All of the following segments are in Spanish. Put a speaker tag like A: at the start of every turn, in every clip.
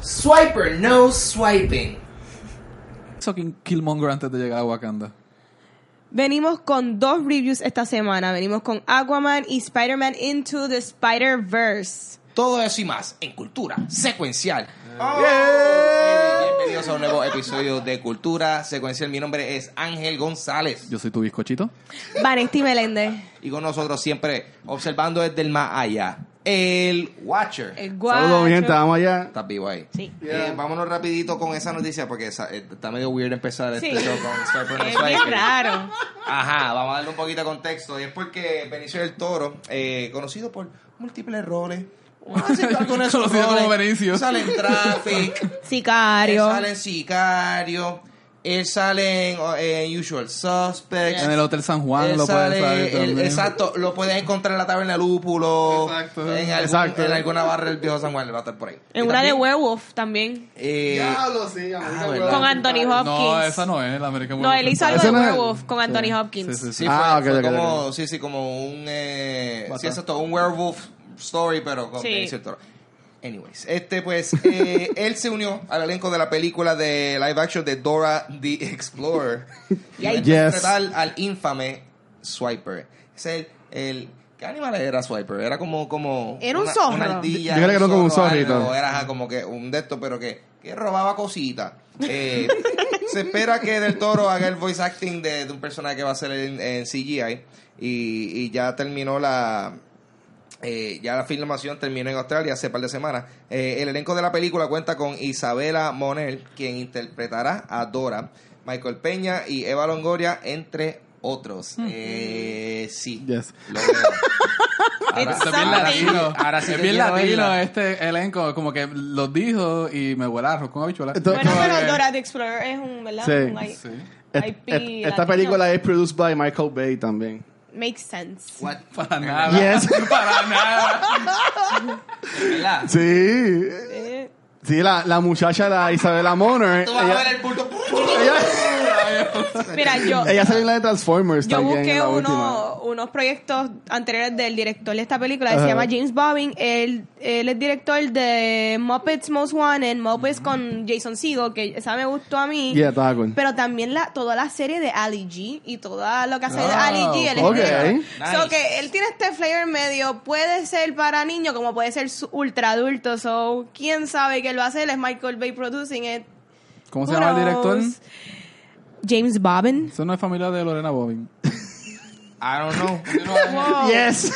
A: Swiper, no swiping.
B: Hizo King- Killmonger antes de llegar a Wakanda.
C: Venimos con dos reviews esta semana. Venimos con Aquaman y Spider-Man Into the Spider-Verse.
A: Todo eso y más en Cultura Secuencial.
C: Ah.
A: Bienvenidos a un nuevo episodio de Cultura Secuencial. Mi nombre es Ángel González.
B: Yo soy tu bizcochito.
C: Vanesti Meléndez.
A: Y con nosotros siempre observando desde el más allá, el Watcher.
C: El
D: Saludos, mi gente,
C: guacho.
D: vamos allá.
A: Estás vivo ahí.
C: Sí.
D: Yeah.
A: Eh, vámonos rapidito con esa noticia porque esa- eh, está medio weird empezar este
C: Sí.
A: show con Swiper no
C: Es bien
A: Swiper.
C: raro.
A: Ajá, vamos a darle un poquito de contexto. Y es porque Benicio del Toro, eh, conocido por múltiples roles, hace algo en esos
B: Conocido como
A: roles.
B: Benicio.
A: Sale en Traffic, él
C: Sicario.
A: sale en Sicario, él sale en, oh, en Usual Suspects.
B: En el Hotel San Juan
A: Él
B: lo
A: sale-
B: puedes saber
A: él-
B: también.
A: exacto, lo puedes encontrar en la taberna Lúpulo,
D: Exacto.
A: en, algún-
D: Exacto.
A: en alguna barra del viejo San Juan, él va a estar por ahí.
C: En
A: Y
C: una de
A: también,
C: Werewolf también.
A: eh,
D: Diablo, sí, ahorita
A: Ah,
D: me
A: ¿verdad?
D: acuerdo.
C: Con Anthony Hopkins.
B: No, esa no es la American
C: No, él hizo algo
D: Ese
C: de
D: no es-
C: Werewolf con Anthony
B: Sí.
C: Hopkins.
B: Sí, sí, sí.
A: Sí,
D: Ah,
A: fue,
D: ok,
A: fue
D: ok,
A: como, sí, sí, como un, eh,
B: Bata.
A: sí, exacto, un werewolf story, pero con
C: Sí.
A: Benicio del Toro. Anyways, este pues, eh, él se unió al elenco de la película de live action de Dora the Explorer. Y ahí
D: Yes.
A: interpretar al infame Swiper. Ese Es el, el- ¿qué animal era Swiper? Era como, como.
C: Era un
A: una-
C: zorro.
A: una ardilla,
D: Yo creo que era como un
A: zorro,
D: zorrito.
A: algo. Era ajá, como que un de estos, pero que, que robaba cositas. Eh, se espera que Del Toro haga el voice acting de, de un personaje que va a ser en, en CGI. Y, y ya terminó la. eh, ya la filmación terminó en Australia hace par de semanas. Eh, el elenco de la película cuenta con Isabela Monel, quien interpretará a Dora, Michael Peña y Eva Longoria, entre otros. Eh, sí.
D: Yes.
A: Lo veo. Ahora-
B: Está bien
A: ahora sí-
B: latino.
A: ahora sí
B: es
A: que
B: bien
A: quiero
B: latino
A: verla.
B: este elenco. Como que lo dijo y me huele a arroz con habichuela.
D: Entonces-
C: Bueno, pero
B: Como que-
C: Dora the Explorer es un, ¿verdad?
D: Sí.
C: Un I-
B: Sí.
D: Est-
C: IP
D: est- esta
C: latino.
D: película es produced by Michael Bay también.
C: Makes
D: eh.
C: sense.
A: What?
B: Para nada.
D: Yes.
B: Para nada.
A: ¿Verdad?
D: Sí.
C: Eh,
D: Sí, la, la muchacha, la Isabela Moner.
A: Tú vas a
D: Ella,
A: ver el bulto.
D: ella,
C: pues Mira, yo,
D: ella salió en la de Transformers
C: yo
D: también. en
C: busqué
D: la
C: uno-
D: última.
C: unos proyectos anteriores del director de esta película que se
D: Ajá.
C: llama James Bobbin. Él, él es director de Muppets Most Wanted, Muppets con Jason Segel, que esa me gustó a mí.
D: Mm. Yeah, estaba cool.
C: Pero también la, toda la serie de Ali G y toda lo que hace de
B: Wow,
C: Ali G. Él es
D: Ah, ok.
C: negro.
A: Nice.
C: So que él tiene este flavor medio, puede ser para niños como puede ser su- ultra adulto. So, quién sabe que lo hace, él es Michael Bay Producing. It.
B: ¿Cómo se llama el director?
C: Kudos. James Bobbin.
B: Eso no es familia de Lorena Bobin.
A: I don't know.
C: Wow.
D: Yes.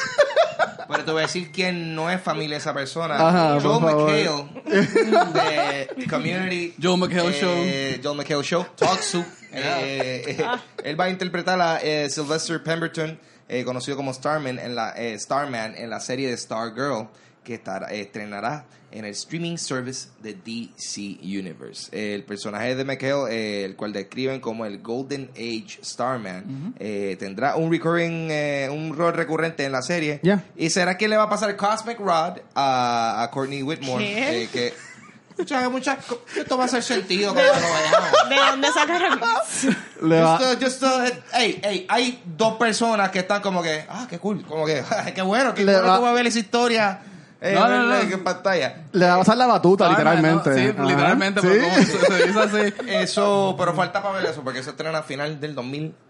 A: Pero te voy a decir quién no es familia de esa persona.
D: Ajá,
A: Joel
D: por favor.
A: McHale de Community.
B: Joel McHale
A: eh, Joel McHale Show. Talk Soup. Eh, eh, él va a interpretar a eh, Sylvester Pemberton, eh, conocido como Starman en, la, eh, Starman en la serie de Stargirl, que estará, eh, estrenará en el streaming service de DC Universe. El personaje de McHale, eh, el cual describen como el Golden Age Starman, eh, tendrá un, recurring, eh, un rol recurrente en la serie.
D: Ya.
A: ¿Y será que le va a pasar Cosmic Rod a, a Courtney Whitmore?
C: ¿Qué?
A: Eh, que muchas, muchas, co- esto va a hacer sentido cuando lo veamos.
C: ¿De dónde sacaron eso?
D: Le va-
A: Just, uh, just, uh, hey, hey, hay dos personas que están como que, ah, qué cool, como que, qué bueno, qué
D: Le
A: bueno
D: va-
A: tú vas a ver esa historia eh,
B: No, no,
A: verla
B: no.
A: en pantalla.
D: Le va a pasar la batuta,
B: Starman,
D: literalmente.
B: ¿no? Sí,
D: Ajá.
B: literalmente.
D: Sí.
B: Pero como se, se dice así.
A: Eso, pero falta para ver eso, porque se estrena a final del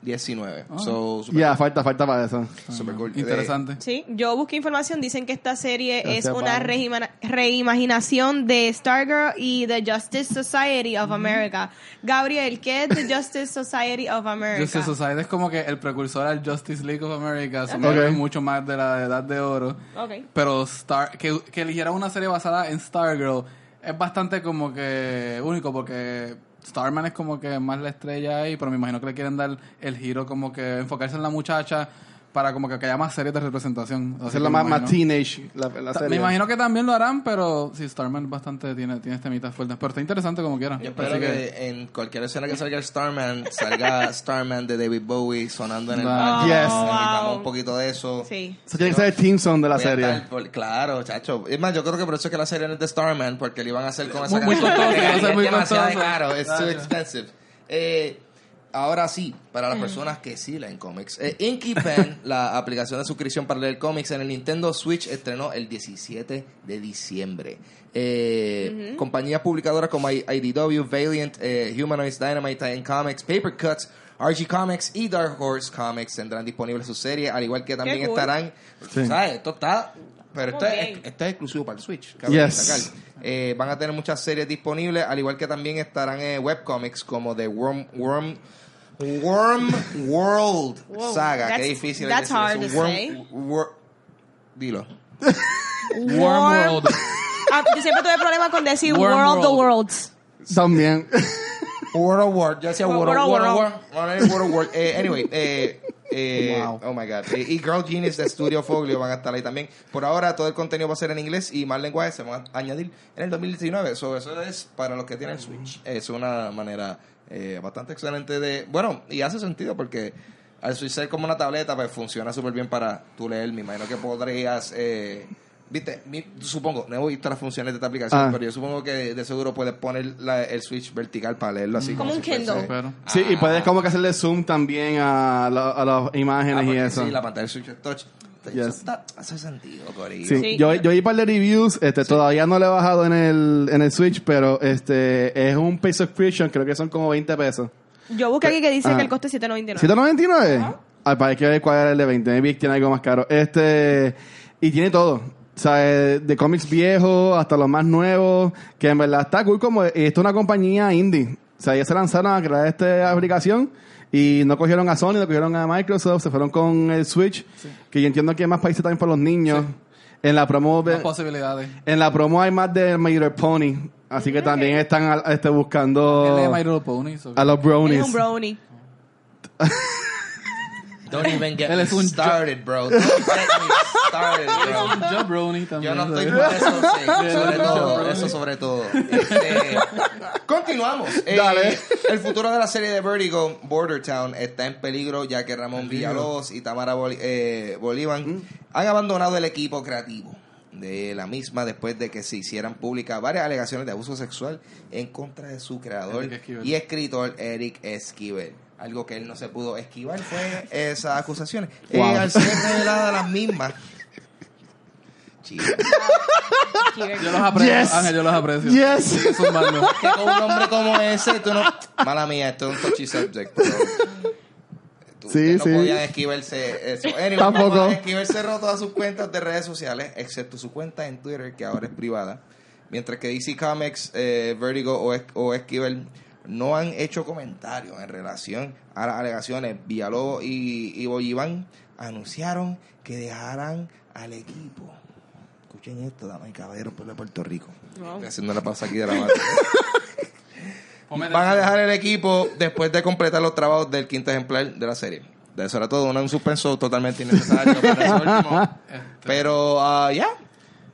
A: 2019. So,
D: Ya,
A: super,
D: falta, falta para eso.
A: super cool.
B: Ah. Interesante.
C: Sí, yo busqué información, dicen que esta serie es
D: Gracias,
C: una
D: Pablo.
C: reimana- reimaginación de Stargirl y The Justice Society of America. Gabriel, ¿qué es The Justice Society of America?
B: Justice Society es como que el precursor al Justice League of America. Son
D: Ok.
B: okay. mucho más de la Edad de Oro.
C: Ok.
B: Pero Star, que, que eligiera una serie basada en Stargirl es bastante como que único porque Starman es como que más la estrella ahí, pero me imagino que le quieren dar el giro como que enfocarse en la muchacha para como que haya más series de representación. Así que
D: Hacerla
B: me
D: más, más
B: imagino-
D: teenage, la, la
B: Ta-
D: serie.
B: Me imagino que también lo harán, pero sí, Starman bastante tiene, tiene temitas fuertes. Pero está interesante como quiera.
A: Eh, Yo espero
B: Así
A: que,
B: que-
A: en cualquier escena que salga el Starman, salga Starman de David Bowie sonando en el
B: Wow.
A: background.
D: Yes.
A: Necesitamos
C: Oh, Wow.
A: un poquito de eso.
C: Sí.
D: Eso tiene que ser el Team Song de la
A: Voy a
D: serie.
A: estar por- claro, chacho. Es más, yo creo que por eso es que la serie no es de Starman, porque le iban a hacer con esa
B: Muy- muy
A: canción.
B: costoso,
A: Es
B: va a ser muy
A: demasiado
B: costoso.
A: caro, es too
B: Claro.
A: expensive. Eh, ahora sí, para
C: Mm.
A: las personas que sí leen cómics. Eh, Inky Pen, la aplicación de suscripción para leer cómics en el Nintendo Switch, estrenó el 17 de diciembre. Eh, Compañías publicadoras como I- IDW, Valiant, eh, Humanoids Dynamite, Titan Comics, Paper Cuts, RG Comics y Dark Horse Comics tendrán disponibles sus series, al igual que también
C: cool.
A: estarán...
D: Sí.
A: ¿Sabes? Esto está... Pero esto
C: Muy
A: es,
C: bien.
A: esto es exclusivo para el Switch. cabe
D: Yes.
A: destacar. Eh, van a tener muchas series disponibles, al igual que también estarán eh, webcomics como The Worm, Worm, Worm World
C: Wow,
A: Saga. Qué
C: that's-
A: difícil
C: that's
A: es decir
C: hard
A: eso.
C: to
A: Worm-
C: say.
A: Wor- dilo.
B: Worm World.
C: Ah, yo siempre tuve problemas con decir
B: Worm
C: World the
B: World.
C: Worlds.
D: También.
A: World of War. Yo decía World of
C: World of
A: War. World of War. World of War. Eh, anyway, eh, eh,
D: Wow.
A: oh my god. Eh, y Girl Genius de Studio Foglio van a estar ahí también. Por ahora todo el contenido va a ser en inglés y más lenguajes se van a añadir en el 2019. So, eso es para los que tienen Switch. Es una manera eh, bastante excelente de... Bueno, y hace sentido porque al Switch ser como una tableta, pues funciona súper bien para tú leer. Me imagino que podrías... eh, Viste, Mi- supongo, no he visto las funciones de esta aplicación,
D: Ah.
A: pero yo supongo que de seguro puedes poner la- el switch vertical para leerlo así.
C: Mm. Como un
A: si fuese-
C: Kindle.
B: Pero-
D: Sí, y
A: Ah.
D: puedes como que hacerle zoom también a, la- a las
A: Ah,
D: imágenes y
A: porque
D: eso.
A: Sí, la pantalla del switch es touch.
D: Yes.
A: Eso está- hace sentido, Corillo.
D: Sí,
C: Sí.
D: Yo, yo vi par de reviews, este, todavía no le he bajado en el, en el Switch, pero este es un pay subscription, creo que son como 20 pesos.
C: Yo busqué aquí que dice
D: Ajá.
C: que el coste es 7.99.
D: ¿799? Ay, para hay que ver cuál es el de 20, maybe tiene algo más caro. Este, y tiene todo. O sea, eh, de cómics viejos hasta los más nuevos, que en verdad está cool como, y esto es una compañía indie. O sea, ellos se lanzaron a crear esta aplicación y no cogieron a Sony, no cogieron a Microsoft, se fueron con el Switch, que yo entiendo que hay más países también para los niños. En la promo
B: Más
D: ve-
B: posibilidades.
D: En la promo hay más de My Little Pony, así que también están al- este, buscando
B: Él es My Little Pony. so-
D: a los brownies.
C: Es un brownie.
A: Don't even get
B: Él
A: me
B: es un
A: started, bro. Don't get me started, bro.
B: Un Jabroni también.
A: Yo no estoy
B: ¿sabes?
A: por eso, sí. sobre
B: Yo
A: todo,
B: no.
A: eso sobre todo. Este, continuamos. Eh,
D: Dale.
A: El futuro de la serie de Vertigo, Border Town, está en peligro ya que Ramón Villalobos y Tamara Bol- eh, Bolívar han abandonado el equipo creativo de la misma después de que se hicieran públicas varias alegaciones de abuso sexual en contra de su creador
B: Eric Esquivel.
A: y escritor Eric Esquivel. Algo que él no se pudo esquivar fue esas acusaciones. Eh,
D: Wow.
A: al ser reveladas las mismas. Chica.
B: Yo los aprecio,
D: Yes.
B: Ángel, yo los aprecio.
D: Yes.
B: Es un bando.
A: que con un hombre como ese, tú no. Mala mía, esto es un touchy subject, pero. tú-
D: Sí,
A: ustedes
D: sí.
A: No podían esquivarse eso. Anyway,
D: Tampoco.
A: Tampoco. Esquivel cerró todas sus cuentas de redes sociales, excepto su cuenta en Twitter, que ahora es privada. Mientras que DC Comics, eh, Vertigo o, es- o Esquivel no han hecho comentarios en relación a las alegaciones. Villalobos y, y Bolívar anunciaron que dejarán al equipo. Escuchen esto, damas y caballeros, pueblo de Puerto Rico. Estoy haciendo una pausa aquí de la madre.
B: Ponme
A: Van a dejar el equipo después de completar los trabajos del quinto ejemplar de la serie. De eso era todo, una- un suspenso totalmente innecesario para eso último.
B: Este.
A: Pero ah, ya.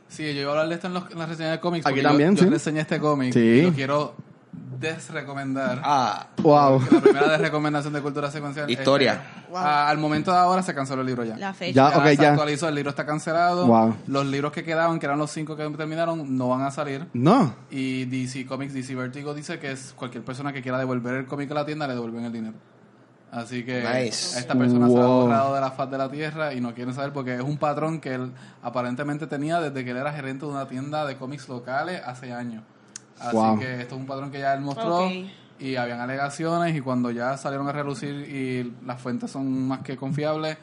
B: Sí, yo iba a hablar de esto en, los, en las reseñas de cómics.
D: Aquí
B: porque
D: también,
B: yo, yo
D: sí.
B: reseñé este cómic
D: Sí.
B: y lo quiero desrecomendar.
A: Ah,
D: Wow.
B: La primera desrecomendación de cultura secuencial.
A: Historia.
B: Este, ah, al momento de ahora se canceló el libro ya.
C: La fecha.
D: Ya, ok,
B: se
D: ya.
B: actualizó, el libro está cancelado.
D: Wow.
B: Los libros que quedaban, que eran los cinco que terminaron, no van a salir.
D: No.
B: Y DC Comics, DC Vertigo dice que es cualquier persona que quiera devolver el cómic a la tienda, le devuelven el dinero. Así que
A: Nice.
B: esta persona se ha
D: Wow.
B: borrado de la faz de la tierra y no quieren saber porque es un patrón que él aparentemente tenía desde que él era gerente de una tienda de cómics locales hace años. Así
D: Wow.
B: que esto es un patrón que ya él mostró
C: Ok.
B: y habían alegaciones y cuando ya salieron a relucir y las fuentes son más que confiables,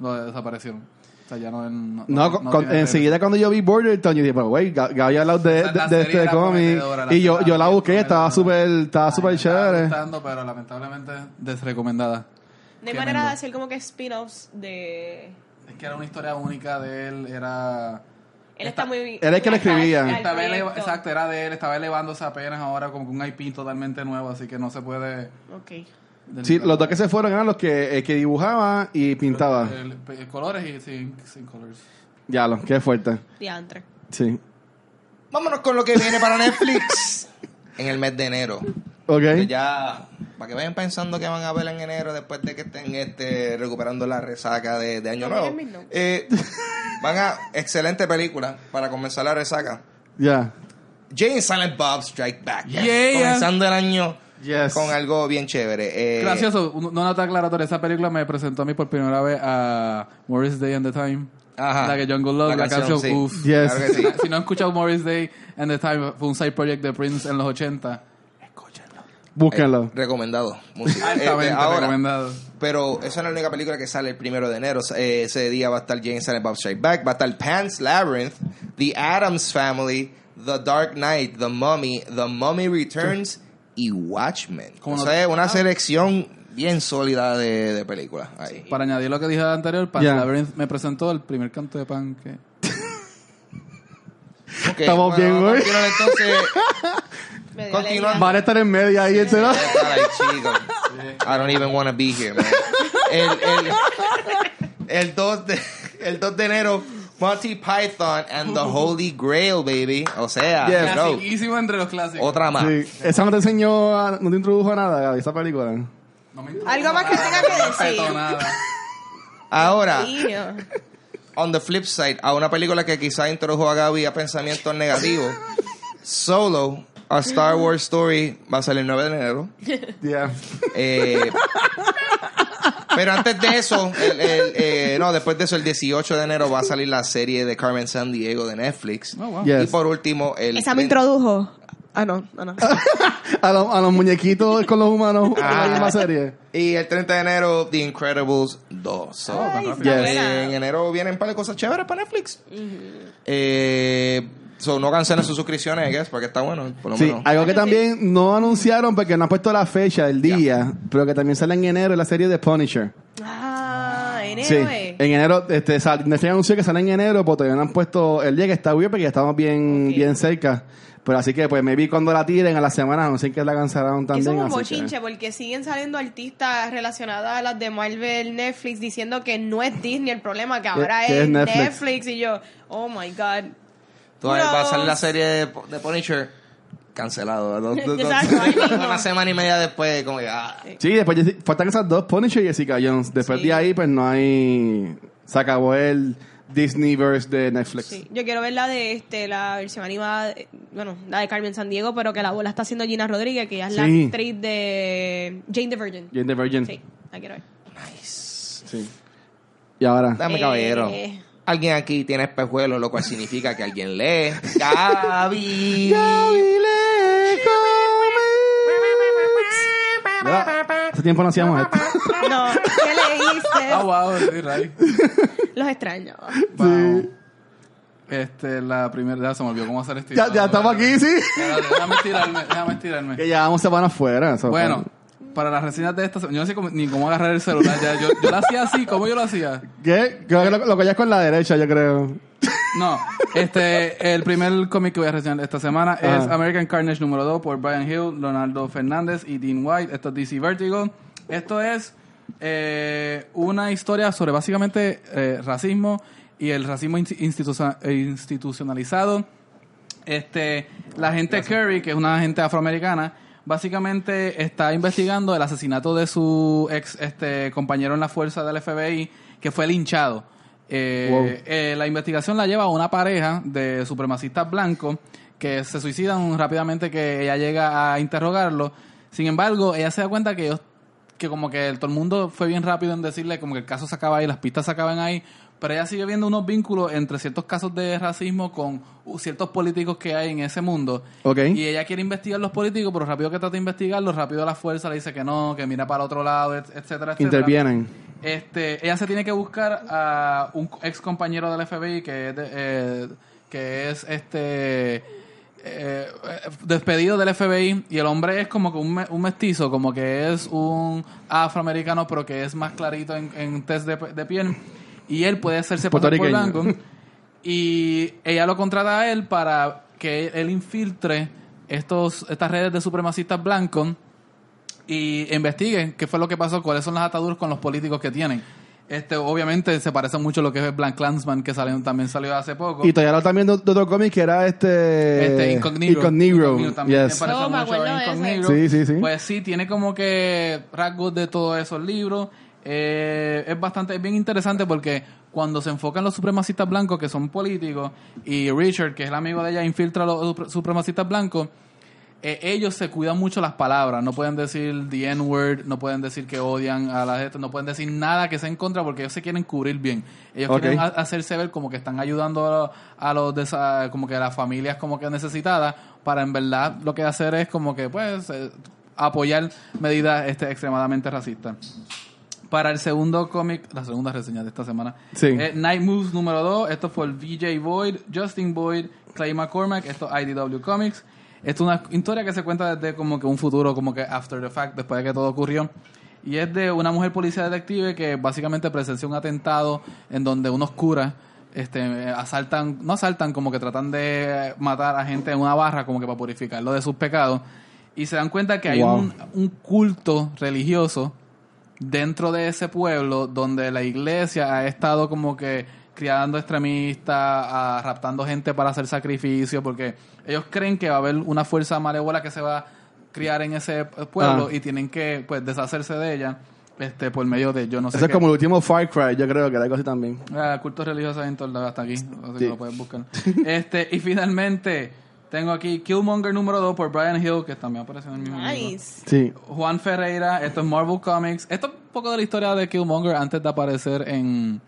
B: lo desaparecieron. O sea, ya no... no,
D: No,
B: no
D: con- con-
B: tiene
D: enseguida cuando yo vi Bordertown, yo dije, pero güey, Gaby ha hablado de,
B: O sea, la
D: de- de
B: serie
D: este
B: era
D: cómic.
B: prometedora, la
D: Y yo,
B: serie
D: yo la
B: era
D: busqué, estaba
B: prometedora.
D: súper, estaba súper
B: Ay, me estaba
D: chévere.
B: gustando, pero lamentablemente desrecomendada.
C: No hay
B: Tremendo.
C: manera de hacer como que spin-offs de...
B: Es que era una historia única de él, era...
C: Él está muy...
D: Él es que lo
C: está-
D: escribía.
C: al
B: Estaba eleva-
C: proyecto.
B: Exacto, era de él, estaba elevándose apenas ahora como que un IP totalmente nuevo, así que no se puede...
C: Ok.
D: Sí, los dos que se fueron eran los que, eh, que dibujaban y pintaban.
B: El- el- colores y sin, sin colors.
D: Ya lo, qué fuerte.
C: Diantre.
D: Sí.
A: vámonos con lo que viene para Netflix en el mes de enero.
D: Ok.
A: Que Ya, para que vayan pensando que van a ver en enero después de que estén este, recuperando la resaca de, de Año
C: No,
A: Nuevo.
C: miren mis nombres.
A: Eh, van a, excelente película para comenzar la resaca.
D: Ya.
A: Jay and Silent Bob Strike Back.
B: Yeah.
A: Comenzando el año
D: Yes.
A: con algo bien chévere. Eh,
B: Gracioso, un- una nota aclaratoria. Esa película me presentó a mí por primera vez a Morris Day and the Time.
A: Ajá.
B: La que John Goodlock, la, canción,
A: sí.
B: Uf.
D: Yes.
A: Claro que sí.
B: Si no han escuchado Morris Day and the Time, fue un side project de Prince en los 80. Escúchenlo.
D: Búsquenlo.
A: Eh, recomendado. Música.
B: Altamente
A: Este, ahora,
B: recomendado.
A: Pero esa no es la única película que sale el primero de enero. Eh, ese día va a estar Jane Silent Bob Straight Back, va a estar Pan's Labyrinth, The Adams Family, The Dark Knight, The Mummy, The Mummy Returns y Watchmen.
B: ¿Cómo
A: O
B: no? Ah.
A: sea, es una selección bien sólida de, de películas. Ahí.
B: Para añadir lo que dije anterior, Pan
D: Ya.
B: Labyrinth me presentó el primer canto de pan que...
A: Ok,
D: Estamos bien, güey.
A: continuar entonces.
C: Me dio
A: Continúa.
C: alegría.
D: Van a estar en media ahí, etcétera.
A: Ay, chico. I don't even want to be here, man. El, el, el 2 de, el 2 de enero, Monty Python and the Holy Grail, baby. O sea,
D: Yes.
A: hello.
B: Clasiquísimo entre los clásicos.
A: otra más.
D: Sí. Esa no te enseñó, a- no te introdujo a nada, Gaby, esa película.
B: No me interesa
C: Algo más que
B: nada,
C: tenga que
B: no respeto
C: decir.
B: nada.
C: Ah,
A: Ahora,
C: Tío.
A: on the flip side, a una película que quizá introdujo a Gaby a pensamientos negativos, Solo, a Star Wars Story, va a salir el 9 de enero.
D: Yeah.
A: Eh, pero antes de eso, el- el, eh, no, después de eso, el 18 de enero va a salir la serie de Carmen San Diego de Netflix.
B: Oh, wow.
A: Y
D: Yes.
A: por último, el.
C: Esa me
A: vein-
C: introdujo. Ah, no, ah, no.
D: A, los- a los muñequitos con los humanos,
A: Ah.
D: la misma serie.
A: Y el 30 de enero, The Incredibles 2. So,
B: Ay,
C: Ay,
D: Yes.
A: En enero vienen un par de cosas chéveres para Netflix. Eh, so, no cancelen sus suscripciones, I guess, porque está bueno, por lo
D: Sí,
A: menos.
D: algo que también no anunciaron porque no han puesto la fecha, el día, pero que también sale en enero es la serie de Punisher.
C: Ah, anyway.
D: Sí, en enero, este, sal- Netflix anunció que sale en enero, pero todavía no han puesto el día que está bien, porque ya estamos bien,
C: Ok.
D: bien cerca. Pero así que, pues, me vi cuando la tiren a la semana, no sé que la cancelaron
C: Eso
D: también.
C: es un
D: así que-
C: bochinche porque siguen saliendo artistas relacionados a las de Marvel, Netflix, diciendo que no es Disney el problema, que ahora
D: que
C: es,
D: es Netflix.
C: Netflix. Y yo, oh my God.
A: Entonces, va a salir la
C: Gross.
A: serie de, de Punisher cancelado. No- no- no-
C: Exacto, ahí mismo.
A: Una semana y media después, como que. ah.
D: Sí, después Jessi- faltan esas dos, Punisher y Jessica Jones. Después
C: Sí.
D: de ahí, pues, no hay... Se acabó el Disneyverse de Netflix.
C: Sí, yo quiero ver la de este, la versión animada, eh, bueno, la de Carmen San Diego, pero que la bola está haciendo Gina Rodríguez, que ella es la
D: Sí.
C: actriz de Jane the Virgin.
D: Y en The Virgin.
C: Sí, la quiero ver.
D: Sí. Y ahora...
A: Dame, caballero.
C: Eh.
A: Alguien aquí tiene espejuelos, lo cual significa que alguien lee. Gaby.
D: ¿Verdad? Hace tiempo no hacíamos esto.
C: No, ¿qué le hice?
B: Ah, wow, sí, Ray.
C: Los extraño.
B: Wow. Este, la primera... Ya se me olvidó cómo hacer este.
D: ya, ya estamos aquí, sí.
B: Espérate, Déjame estirarme, déjame estirarme.
D: Que llevamos semanas fuera. so-
B: Bueno, para las reseñas de esta... Yo no sé cómo- ni cómo agarrar el celular. Ya, yo, yo lo hacía así. ¿Cómo yo lo hacía?
D: ¿Qué? Creo que lo, lo que ya es con la derecha, yo creo.
B: No, este, el primer cómic que voy a reseñar esta semana es
D: Ajá.
B: American Carnage número 2 por Brian Hill, Leonardo Fernández y Dean White. Esto es DC Vertigo. Esto es eh, una historia sobre básicamente eh, racismo y el racismo insti- institu- eh, institucionalizado. Este, la gente Curry, que es una agente afroamericana, básicamente está investigando el asesinato de su ex este, compañero en la fuerza del FBI, que fue linchado. Eh,
D: Wow.
B: eh, la investigación la lleva a una pareja de supremacistas blancos que se suicidan rápidamente que ella llega a interrogarlo. Sin embargo, ella se da cuenta que ellos que como que todo el mundo fue bien rápido en decirle como que el caso se acaba ahí, las pistas se acaban ahí, pero ella sigue viendo unos vínculos entre ciertos casos de racismo con uh, ciertos políticos que hay en ese mundo.
D: Ok.
B: Y ella quiere investigar los políticos, pero rápido que trata de investigarlos, rápido la fuerza le dice que no, que mira para otro lado, et- etcétera, etcétera.
D: Intervienen.
B: Este, ella se tiene que buscar a un ex compañero del FBI que es, de- eh, que es este eh, eh, despedido del FBI y el hombre es como que un, me- un mestizo, como que es un afroamericano pero que es más clarito en, en test de, pe- de piel y él puede hacerse pasar por
D: Puertorriqueño.
B: blanco y ella lo contrata a él para que él infiltre estos estas redes de supremacistas blancos y investiguen qué fue lo que pasó, cuáles son las ataduras con los políticos que tienen. Este, obviamente se parece mucho a lo que es Black Clansman, que salió, también salió hace poco.
D: Y todavía lo están viendo de otro cómic que era este...
B: este Incognito.
D: Incognito,
B: también
D: yes.
B: se parece
C: Oh,
B: mucho
C: me
B: a
C: acuerdo de ese.
B: Incognito.
D: Sí, sí, sí.
B: Pues sí, tiene como que rasgos de todos esos libros. Eh, es bastante, es bien interesante porque cuando se enfocan los supremacistas blancos que son políticos y Richard, que es el amigo de ella, infiltra a los supre- supremacistas blancos, eh, ellos se cuidan mucho las palabras. No pueden decir the N-word, no pueden decir que odian a la gente, no pueden decir nada que sea en contra porque ellos se quieren cubrir bien. Ellos
D: Ok.
B: quieren ha- hacerse ver como que están ayudando a, a los desa- como que a las familias como que necesitadas para en verdad lo que hacer es como que pues eh, apoyar medidas este extremadamente racistas. Para el segundo cómic, la segunda reseña de esta semana.
D: Sí.
B: Eh, Night Moves número 2. Esto fue el VJ Boyd, Justin Boyd, Clay McCormack. Esto IDW Comics. Esto es una historia que se cuenta desde como que un futuro, como que after the fact, después de que todo ocurrió. Y es de una mujer policía detective que básicamente presenció un atentado en donde unos curas este, eh, asaltan, no asaltan, como que tratan de matar a gente en una barra, como que para purificarlo de sus pecados. Y se dan cuenta que hay
D: Wow.
B: un, un culto religioso dentro de ese pueblo donde la iglesia ha estado como que criando extremistas, a- raptando gente para hacer sacrificio, porque ellos creen que va a haber una fuerza malévola que se va a criar en ese pueblo
D: Ah.
B: y tienen que pues deshacerse de ella este por medio de yo no sé
D: Ese es
B: qué.
D: como el último Far Cry, yo creo que era algo así también.
B: Ah, cultos religiosos en Toldado hasta aquí. O sea, que
D: Sí.
B: lo puedes buscar. este, y finalmente, tengo aquí Killmonger número 2 por Brian Hill, que también apareció en el mismo libro.
C: Nice.
D: Sí.
B: Juan Ferreira, esto es Marvel Comics. Esto es un poco de la historia de Killmonger antes de aparecer en,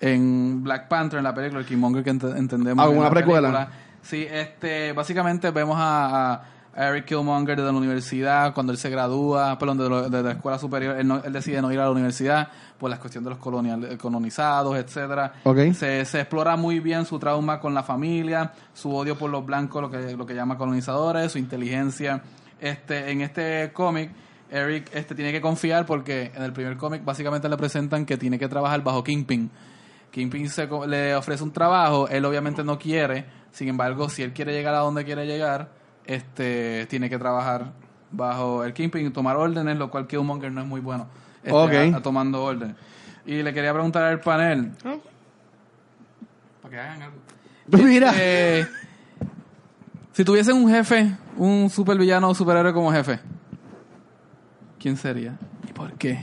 B: en Black Panther, en la película, el Killmonger que ent- entendemos.
D: Ah, una
B: en la
D: precuela.
B: película. Sí, este, básicamente vemos a, a- a Eric Killmonger desde la universidad, cuando él se gradúa, perdón, de, lo- de la escuela superior, él, no- él decide no ir a la universidad por la cuestión de los colonial, eh, colonizados, etcétera.
D: Ok.
B: Se, se explora muy bien su trauma con la familia, su odio por los blancos, lo que, lo que llama colonizadores, su inteligencia. Este, en este cómic, Eric este, tiene que confiar porque en el primer cómic básicamente le presentan que tiene que trabajar bajo Kingpin. Kingpin se co- le ofrece un trabajo, él obviamente no quiere, sin embargo, si él quiere llegar a donde quiere llegar, este tiene que trabajar bajo el Kingpin y tomar órdenes, lo cual Killmonger no es muy bueno este,
D: Ok.
B: a- a tomando órdenes. Y le quería preguntar al panel, para que hagan algo.
D: Mira.
B: Eh, si tuviesen un jefe, un supervillano o superhéroe como jefe, ¿quién sería? ¿Y por qué?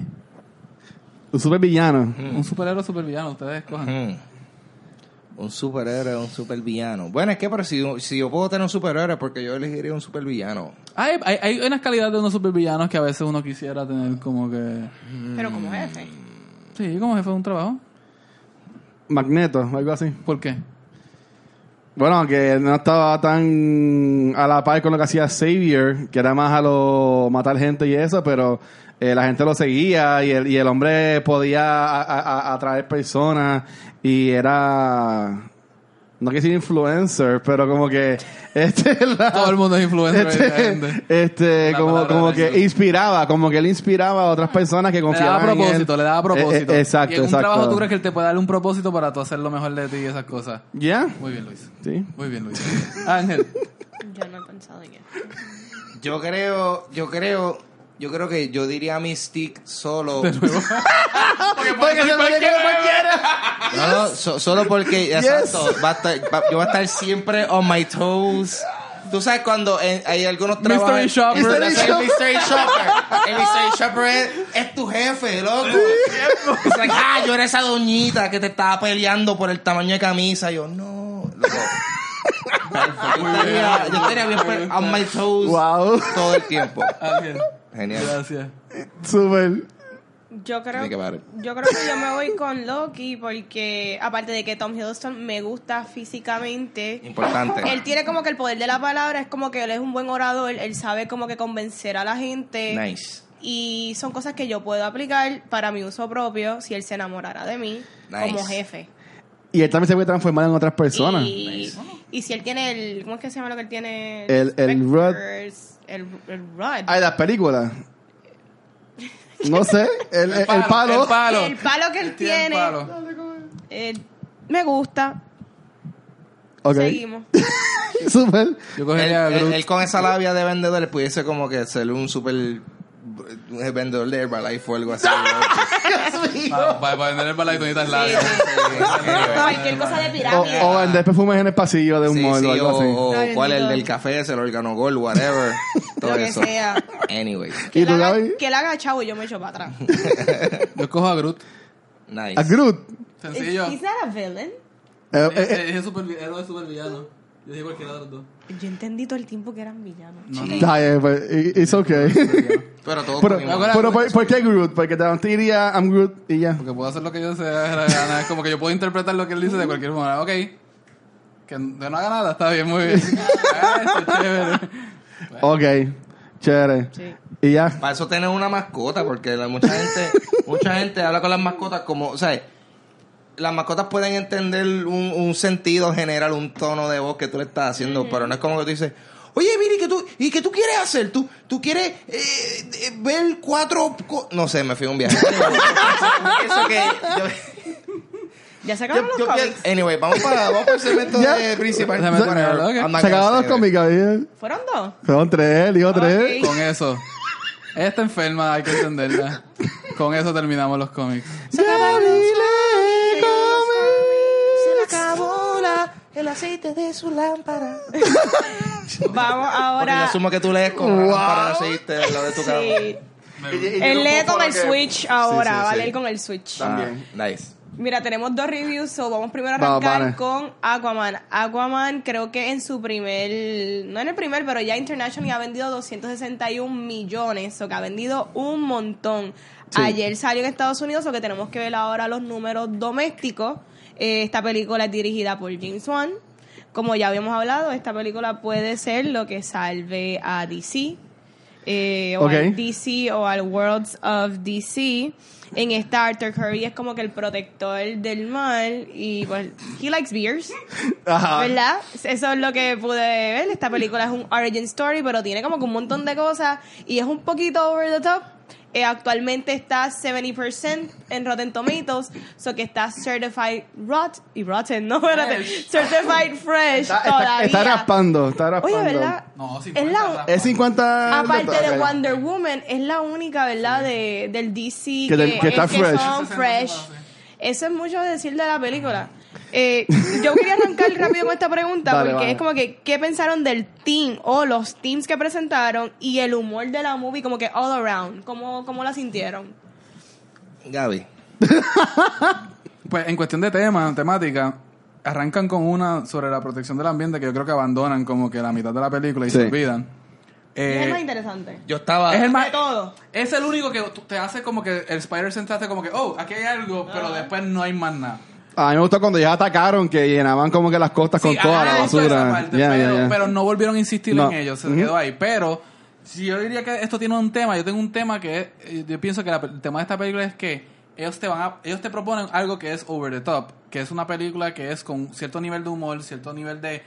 D: Un super villano.
B: Un superhéroe o supervillano, ustedes escojan.
A: Mm. Un superhéroe, un supervillano. Bueno, es que pero si, si yo puedo tener un superhéroe, porque yo elegiría un supervillano.
B: Hay, hay, hay unas calidades de unos supervillanos que a veces uno quisiera tener como que...
C: Pero como jefe.
B: Sí, como jefe de un trabajo.
D: Magneto, algo así.
B: ¿Por qué?
D: Bueno, que no estaba tan a la par con lo que hacía Xavier, que era más a lo matar gente y eso, pero eh, la gente lo seguía y el, y el hombre podía a- a- a- atraer personas y era... No quiero decir influencer, pero como que... Este, la-
B: Todo el mundo es influencer.
D: este,
B: evidentemente.
D: este,
B: La
D: como,
B: palabra
D: como
B: de
D: que
B: Jesús.
D: inspiraba, como que él inspiraba a otras personas que
B: Le daba
D: confiaban en él.
B: propósito, le daba propósito.
D: Eh, eh, exacto,
B: y en un
D: exacto.
B: trabajo tú crees que él te puede dar un propósito para tú hacer lo mejor de ti y esas cosas.
D: ¿Ya?
B: Muy bien, Luis.
D: Sí.
B: Muy bien, Luis. Ángel.
C: Yo no he pensado en eso.
A: Yo creo, yo creo, yo creo que yo diría Mystique solo. No, no, so- solo porque, exacto, va a estar- va- yo voy a estar siempre on my toes. Tú sabes cuando en- hay algunos
B: Mystery
A: trabajos... en-
B: shopper.
A: en-
B: Mystery
A: en- en- Mystery shopper. El mystery shopper es, es tu jefe, loco. Es like, ah, yo era esa doñita que te estaba peleando por el tamaño de camisa. Yo, no, loco. Yo estaría, yo estaría bien pe- on my toes
D: Wow.
A: todo el tiempo.
B: Ángel.
A: Genial.
B: Gracias.
D: Súper.
C: Yo creo,
A: Think about it.
C: yo creo que yo me voy con Loki porque, aparte de que Tom Hiddleston me gusta físicamente,
A: Importante.
C: él tiene como que el poder de la palabra, es como que él es un buen orador, él sabe como que convencer a la gente.
A: Nice.
C: Y son cosas que yo puedo aplicar para mi uso propio si él se enamorara de mí
A: Nice.
C: como jefe.
D: Y él también se puede transformar en otras personas.
C: Y, y si él tiene el. ¿Cómo es que se llama lo que él tiene?
D: El- el rod.
C: Spectres, El, el rod.
D: Ay, Ah, las películas. No sé, el, el- el palo.
B: El palo.
C: El palo que él
B: Tiene el
C: tiene.
B: palo.
C: eh, me gusta.
D: Ok,
C: Seguimos.
D: súper.
B: Yo
A: Él,
B: cogería a
A: él-
B: Groot. Ah,
A: él con esa labia de vendedor pudiese como que ser un super un vendedor de Herbalife o algo así. ¿no?
B: Para, para- para vender el palo y tú necesitas labio.
C: Sí, Eh, Cualquier cosa de
D: O,
C: pirámide.
D: o vender perfumes en el pasillo de un
A: Sí,
D: mall
A: sí,
D: o algo
A: o-
D: así.
A: o
C: Ay,
A: cuál el
C: bendito.
A: del café, es el organogol, whatever. todo
C: Lo que
A: eso.
C: sea.
A: Anyway,
C: Que
D: ¿Y
C: él
D: tú,
C: haga-
D: Gaby?
C: Que él haga chavo y yo me echo para atrás.
B: Yo cojo a Groot.
A: nice.
D: A Groot.
B: Sencillo. Este,
C: Is- is that a villain?
D: Eh, eh, eh,
B: Es superhéroe supervillano. Yo dije cualquiera de los dos.
C: Yo entendí todo el tiempo que eran villanos.
B: No, no.
D: Está bien, pues, i- it's okay.
A: Pero todos
D: pero,
A: comimos.
D: pero ¿por, por qué Groot? Porque Tarantino diría, I'm Groot y ya.
B: Porque puedo hacer lo que yo sea. de la gana. Es como que yo puedo interpretar lo que él dice de cualquier manera. Ok. Que no haga nada, está bien, muy bien. Ah, eso, chévere.
D: Ok, chévere.
C: Sí.
D: Y ya.
A: Para eso tener una mascota, porque la- mucha gente, mucha gente habla con las mascotas como, o sea, las mascotas pueden entender un, un sentido general, un tono de voz que tú le estás haciendo, pero no es como que tú dices, oye, Viri, ¿qué tú, ¿y qué tú quieres hacer? ¿Tú, tú quieres eh, eh, ver cuatro... co-?" no sé, me fui a un viaje. Eso que... yo-
C: Ya se
A: yo-
C: acabaron
A: yo pienso-
C: los cómics.
A: anyway, vamos para, vamos para el segmento
D: Ya.
A: de principal.
B: Se me-
A: Whatever. I'm
B: ok.
A: not
D: Se
A: gonna
D: acabaron
A: say
D: los
A: that.
D: cómicos. ¿eh?
C: ¿Fueron dos?
D: Son tres, digo tres.
C: Ok.
B: Con eso. Ella está enferma, hay que entenderla. Con eso terminamos los cómics.
C: Se acabaron los
D: Dile, come.
A: Acabó la- el aceite de su lámpara.
C: Vamos
A: Porque yo
C: ahora.
A: asumo que tú lees con
D: Wow.
A: para aceite de lo de tu cama.
C: Sí. Él lee con el Switch ahora, va a leer con el Switch.
A: También. Ah, nice.
C: Mira, tenemos dos reviews, so vamos primero a
D: Vamos,
C: arrancar
D: vale.
C: con Aquaman. Aquaman creo que en su primer, no en el primer, pero ya International ha vendido 261 millones, o que ha vendido un montón.
D: Sí.
C: Ayer salió en Estados Unidos, o que tenemos que ver ahora los números domésticos. Eh, esta película es dirigida por James Wan. Como ya habíamos hablado, esta película puede ser lo que salve a DC eh, o
D: Ok.
C: al DC o al Worlds of DC. En esta Arthur Curry es como que el protector del mal y pues he likes beers,
D: Ajá.
C: ¿verdad? Eso es lo que pude ver. Esta película es un origin story, pero tiene como que un montón de cosas y es un poquito over the top. Eh, actualmente está 70% en Rotten Tomatoes, so que está certified rot y rotten, no, espérate, certified fresh
D: Está, está,
C: todavía.
D: está raspando, está raspando.
C: Oye, ¿verdad?
B: No, 50
C: es la,
B: rap-
D: Es 50...
C: Aparte de
D: Ok.
C: Wonder Woman, es la única, ¿verdad? De, del DC que,
D: Que del- que está
C: es
D: fresh.
C: son fresh. Eso es mucho decir de la película. Eh, yo quería arrancar rápido con esta pregunta
D: Dale,
C: porque
D: vale.
C: es como que, ¿qué pensaron del team o los teams que presentaron y el humor de la movie como que all around? ¿Cómo, cómo la sintieron?
A: Gaby.
B: Pues en cuestión de tema, temática, arrancan con una sobre la protección del ambiente que yo creo que abandonan como que la mitad de la película y
D: Sí.
B: se olvidan. Eh,
C: es más interesante.
A: Yo estaba.
B: es el
C: De
B: más-
C: todo.
B: Es el único que tú- te hace como que el Spider-Sense te hace como que, oh, aquí hay algo, pero después no hay más nada.
D: A mí me gustó cuando ya atacaron, que llenaban como que las costas
B: Sí,
D: con toda
B: ajá,
D: la
B: eso, esa
D: basura.
B: parte,
D: Ya,
B: pero,
D: ya, ya.
B: pero no volvieron a insistir
D: No.
B: en ello, se
D: Ujú.
B: quedó ahí. Pero si yo diría que esto tiene un tema, yo tengo un tema que es- eh, yo pienso que la pe- el tema de esta película es que ellos te van a- ellos te proponen algo que es over the top, que es una película que es con cierto nivel de humor, cierto nivel de